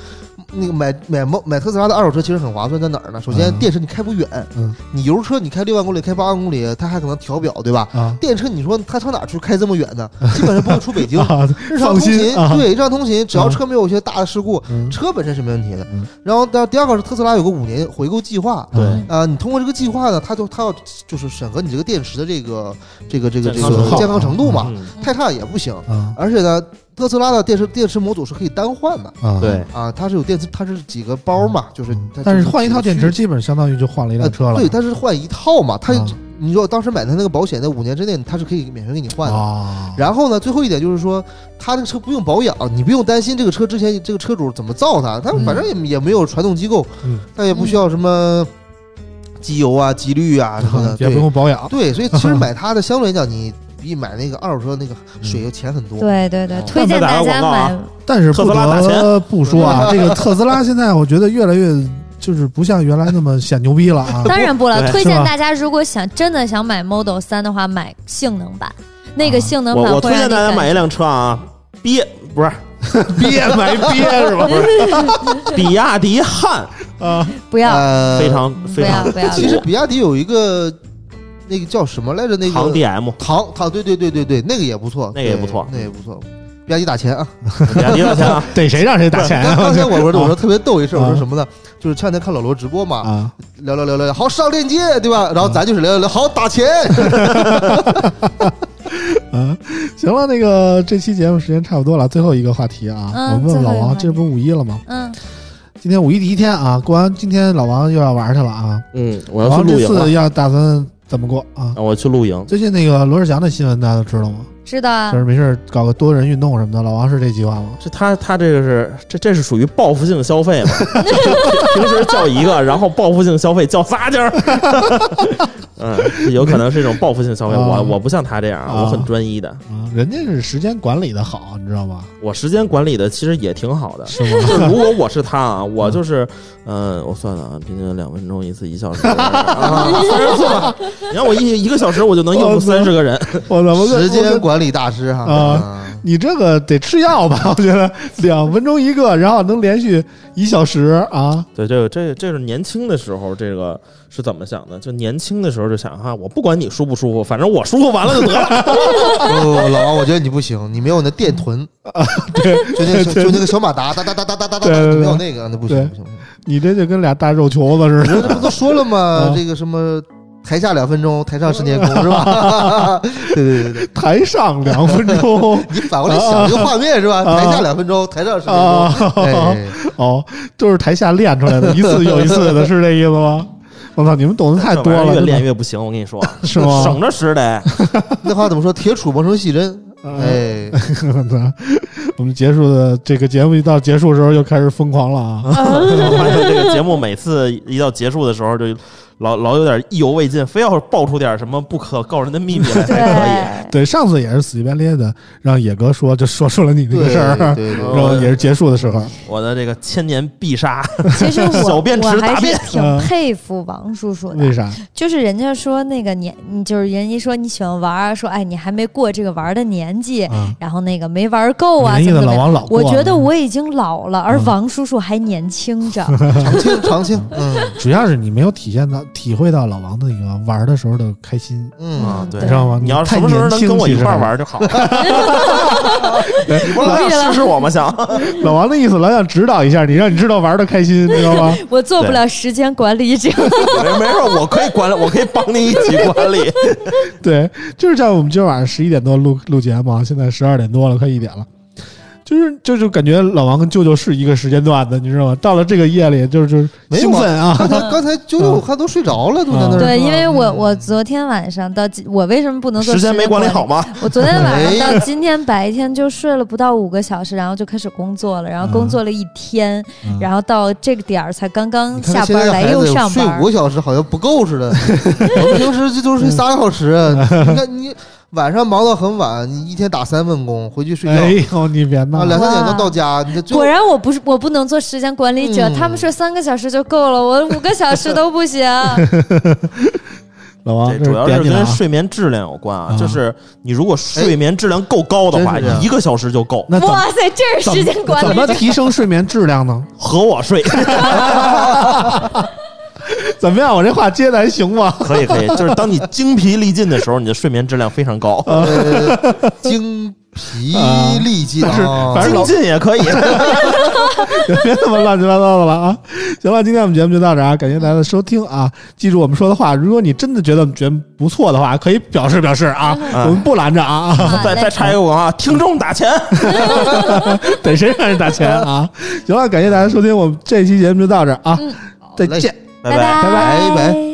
E: 那个买买买买特斯拉的二手车其实很划算，在哪儿呢？首先
C: 嗯
E: 电车你开不远，
C: 嗯
E: 你油车你开六万公里、开八万公里，它还可能调表，对吧？
C: 啊
E: 电车你说它上哪儿去开这么远呢？基本上不会出北 京，
C: 啊，
E: 日常
C: 放
E: 通勤，
C: 心啊，
E: 对日常通勤，只要
C: 嗯
E: 车没有一些大的事故，
C: 嗯
E: 车本身是没问题的
C: 嗯。
E: 然后，第第二个是特斯拉有个五年回购计划。
C: 对
E: 啊、你通过这个计划呢，它就它要就是审核你这个电池的这个这个这个这
D: 健康程
E: 个
D: 度
E: 健康程度嘛，
D: 嗯
E: 太差也不行。
C: 啊
E: 而且呢，特斯拉的电池电池模组是可以单换的
C: 啊，
D: 对，
E: 啊，它是有电池，它是几个包嘛，就是
C: 嗯
E: 它
C: 但是
E: 就
C: 换一
E: 几个
C: 套电
E: 区
C: 池，基本相当于就换了一
E: 呃
C: 辆车了。
E: 对，它是换一套嘛，它、
C: 啊
E: 你说当时买它那个保险，在五年之内它是可以免费给你换的。
C: 啊，
E: 然后呢，最后一点就是说，他那个车不用保养，你不用担心这个车之前这个车主怎么造它，他
B: 嗯
E: 反正也、也没有传动机构，
C: 嗯
E: 他也不需要什么机油啊、机滤啊什么的，
C: 也
E: 对
C: 不用保养，
E: 对，所以其实买它的相对来讲，你比买那个二手车那个水要钱很多。
G: 对对对，
D: 嗯
G: 推荐大家
B: 啊
G: 买。
C: 但是
D: 特
C: 不
D: 斯拉打
C: 得
D: 钱
C: 不说啊，这个特斯拉现在我觉得越来越就是不像原来那么显牛逼了 啊。
B: 当然不了，
D: 对
B: 推
C: 是
B: 荐
C: 吧
B: 大家如果想真的想买 Model 三的话，买性能版。那个性能
D: 啊我
B: 版
D: 我
B: 会
D: 推
B: 让
D: 荐
B: 你
D: 大家
B: 感
D: 买一辆 车啊，憋不是
C: 憋埋憋是吧？啊
D: 比亚迪汉，
B: 不要
C: 嗯
E: 呃，
D: 非。常
B: 不
D: 啊非
B: 要
D: 常
B: 不要，
E: 其实比亚迪有一个那个叫什么来着？那
D: 唐
E: 个
D: DM，
E: 唐唐，对对对对对，那个也不错，
D: 那个也不错
E: 对那个也不错。比亚迪打钱啊！
D: 比亚迪的钱啊，
C: 逮谁让谁打钱
E: 刚
C: 啊
E: 刚才我说我说特别逗一事，我
C: 啊
E: 说什么呢？就是前两天看老罗直播嘛，
C: 啊！
E: 聊聊聊聊聊，好上链接对吧？然后咱就是聊聊聊，好打钱。
C: 嗯，行了，那个这期节目时间差不多了，最后一个话题啊，
B: 嗯
C: 我问问老
B: 最后一个话
C: 王，
B: 题
C: 这不是五一了吗？
B: 嗯，
C: 今天五一第一天啊，过完今天老王又要玩去了啊。
D: 嗯，我
C: 老
D: 要去
C: 王
D: 露
C: 这
D: 营了
C: 次，要打算怎么过啊
D: 啊？我去露营，
C: 最近那个罗志祥的新闻大家都知道吗？
B: 知道啊
C: 就，是没事儿搞个多人运动什么的，老王是这计划吗？
D: 这他他这个是这这是属于报复性消费嘛？平时叫一个，然后报复性消费叫仨家儿，嗯，这有可能是一种报复性消费。
C: 啊
D: 我我不像他这样，
C: 啊
D: 我很专一的，
C: 啊，人家是时间管理的好，你知道吗？
D: 我时间管理的其实也挺好的。
C: 是吗？
D: 就是如果我是他啊，我就是，嗯，我算算啊，平均两分钟一次，一小时啊，三十次吧。你让我一一个小时，我就能应
C: 哦
D: 付三十个人。
C: 我怎么个
E: 时间？管理大师哈，
C: 啊
E: 嗯
C: 你这个得吃药吧？ 我觉得两分钟一个，然后能连续一小时啊！
D: 对，这个这个这是年轻的时候，这个是怎么想的？就年轻的时候就想哈，我不管你舒不舒服，反正我舒服完了就得 了。
E: 不不不哦老王，我觉得你不行，你没有那电 臀，
C: 啊
E: 就那个就那个小马达哒哒哒哒哒哒哒，
C: 对对对
E: 没有那个，那不
C: 对
E: 行不行。
C: 你这就跟俩大肉球子似的。
E: 不是这不都说了吗
C: 啊？
E: 这个什么台下两分钟，台上十年功是吧？ 对对对对，
C: 台上两分 钟
E: 你反过来想这个画面是吧？
C: 啊
E: 台下两分钟，台上十年
C: 啊
E: 功。，哎，
C: 哦，就是台下练出来的，一次又一次的，是这意思吗？我操，你们懂得太多
D: 这玩意
C: 了，
D: 儿越
C: 真的
D: 练越不行。我跟你 说，
C: 是吗？
D: 省着使 得。
E: 那话怎么说？铁杵磨成细针。
C: 哎，
E: 哎，
C: 我们结束的这个节目一到结束的时候又开始疯狂了啊！
D: 我发现这个节目每次一到结束的时候，就老老有点意犹未尽，非要爆出点什么不可告人的秘密来才可以。
G: 对，
C: 对，上次也是死乞白赖的让野哥说，就说出了你那个
E: 对
C: 事儿，哦
E: 对
C: 然
E: 对对。
C: 后也是结束的时候，
D: 我的这个千年必杀，
G: 其实我
D: 小便池
G: 我还
D: 大
G: 是
D: 便啊
G: 挺佩服王叔叔
C: 为
G: 的，
C: 啥？
G: 就是人家说那个年，嗯就是人家说你喜欢玩儿，说哎你还没过这个玩儿的年纪，
C: 啊，
G: 然后那个没玩够啊，
C: 你
G: 怎
C: 那意
G: 么
C: 思
G: 怎么
C: 老
G: 样。
C: 王老过
G: 我
C: 了，
G: 觉
D: 嗯
G: 得我已经老了，而
C: 嗯
G: 王叔叔还年轻 着。
E: 长青长青，嗯
C: 主要是你没有体现到、体会到老王的那个玩的时候的开心，
E: 嗯。
D: 啊 对
C: 你知道吗？
D: 你要
C: 太
D: 什么时候
C: 年
D: 能
C: 轻
D: 跟我一
C: 其实
D: 块儿
C: 还
D: 玩就好。 你不是想试试我吗？想，
C: 老王的意思，老想指导一下你，让你知道玩的开心，知道吗？
G: 我做不了时间管理者，
D: 没没事，我可以管理，我可以帮你一起管理。
C: 对，就是在我们今儿晚上十一点多录录节目啊，现在十二点多了，快一点了。就是就是感觉老王跟舅舅是一个时间段的，你知道吗？到了这个夜里，就是就是
E: 没有
C: 兴
E: 啊
C: 奋啊，嗯
E: 刚才刚才啾啾我看都睡着了，都在那儿。
B: 对，因为我我昨天晚上到今，我为什么不能做
D: 时间没管理
B: 管
D: 好 吗？
B: 我昨天晚上
E: 哎
B: 到今天白天就睡了不到五个小时，然后就开始工作了，然后工作了一天，
C: 嗯
B: 然后到这个点儿才刚
E: 你
B: 刚
E: 看
B: 下
E: 现在
B: 班
E: 的
B: 来
E: 孩
B: 又
E: 子
B: 上
E: 睡
B: 班
E: 五。个小时好像不够似 的，我们平时这都睡仨小时。啊你看你晚上忙到很晚，你一天打三份工，回去睡觉
C: 哎呦，你别
E: 啊，
C: 闹，
E: 两三点钟到家，你这最后
B: 果然我不是我不能做时间管理者，
E: 嗯
B: 他们说三个小时就够了，我五个小时都不行。
C: 老王
D: 这
C: 这
D: 主要
C: 点
D: 是
C: 你了
D: 跟
C: 啊。
D: 睡眠质量有关啊
C: 啊，
D: 就是你如果睡眠质量够高的话，
E: 真是这样
D: 一个小时就够。
C: 那怎么
B: 哇塞，这是时间管
C: 怎
B: 理
C: 么
B: 者。
C: 提升睡眠质量呢？
D: 和我睡
C: 怎么样？我这话接的还行吗？
D: 可以可以，就是当你精疲力尽的时候，你的睡眠质量非常高。
E: 呃精疲力尽
C: 但是
E: 啊
C: 反。正老
D: 精进也可以。
C: 别那么乱七八糟的了啊！行了，今天我们节目就到这儿啊，感谢大家的收听啊！记住我们说的话，如果你真的觉得我们节目不错的话，可以表示表示啊，
D: 嗯
C: 我们不拦着啊， 啊
D: 再再插一个广告啊，听众打钱。
C: 逮谁让人打钱啊！行了，感谢大家收听，我们这期节目就到这儿啊，再
E: 嘞
C: 见。
D: 拜
B: 拜
C: 拜
E: 拜拜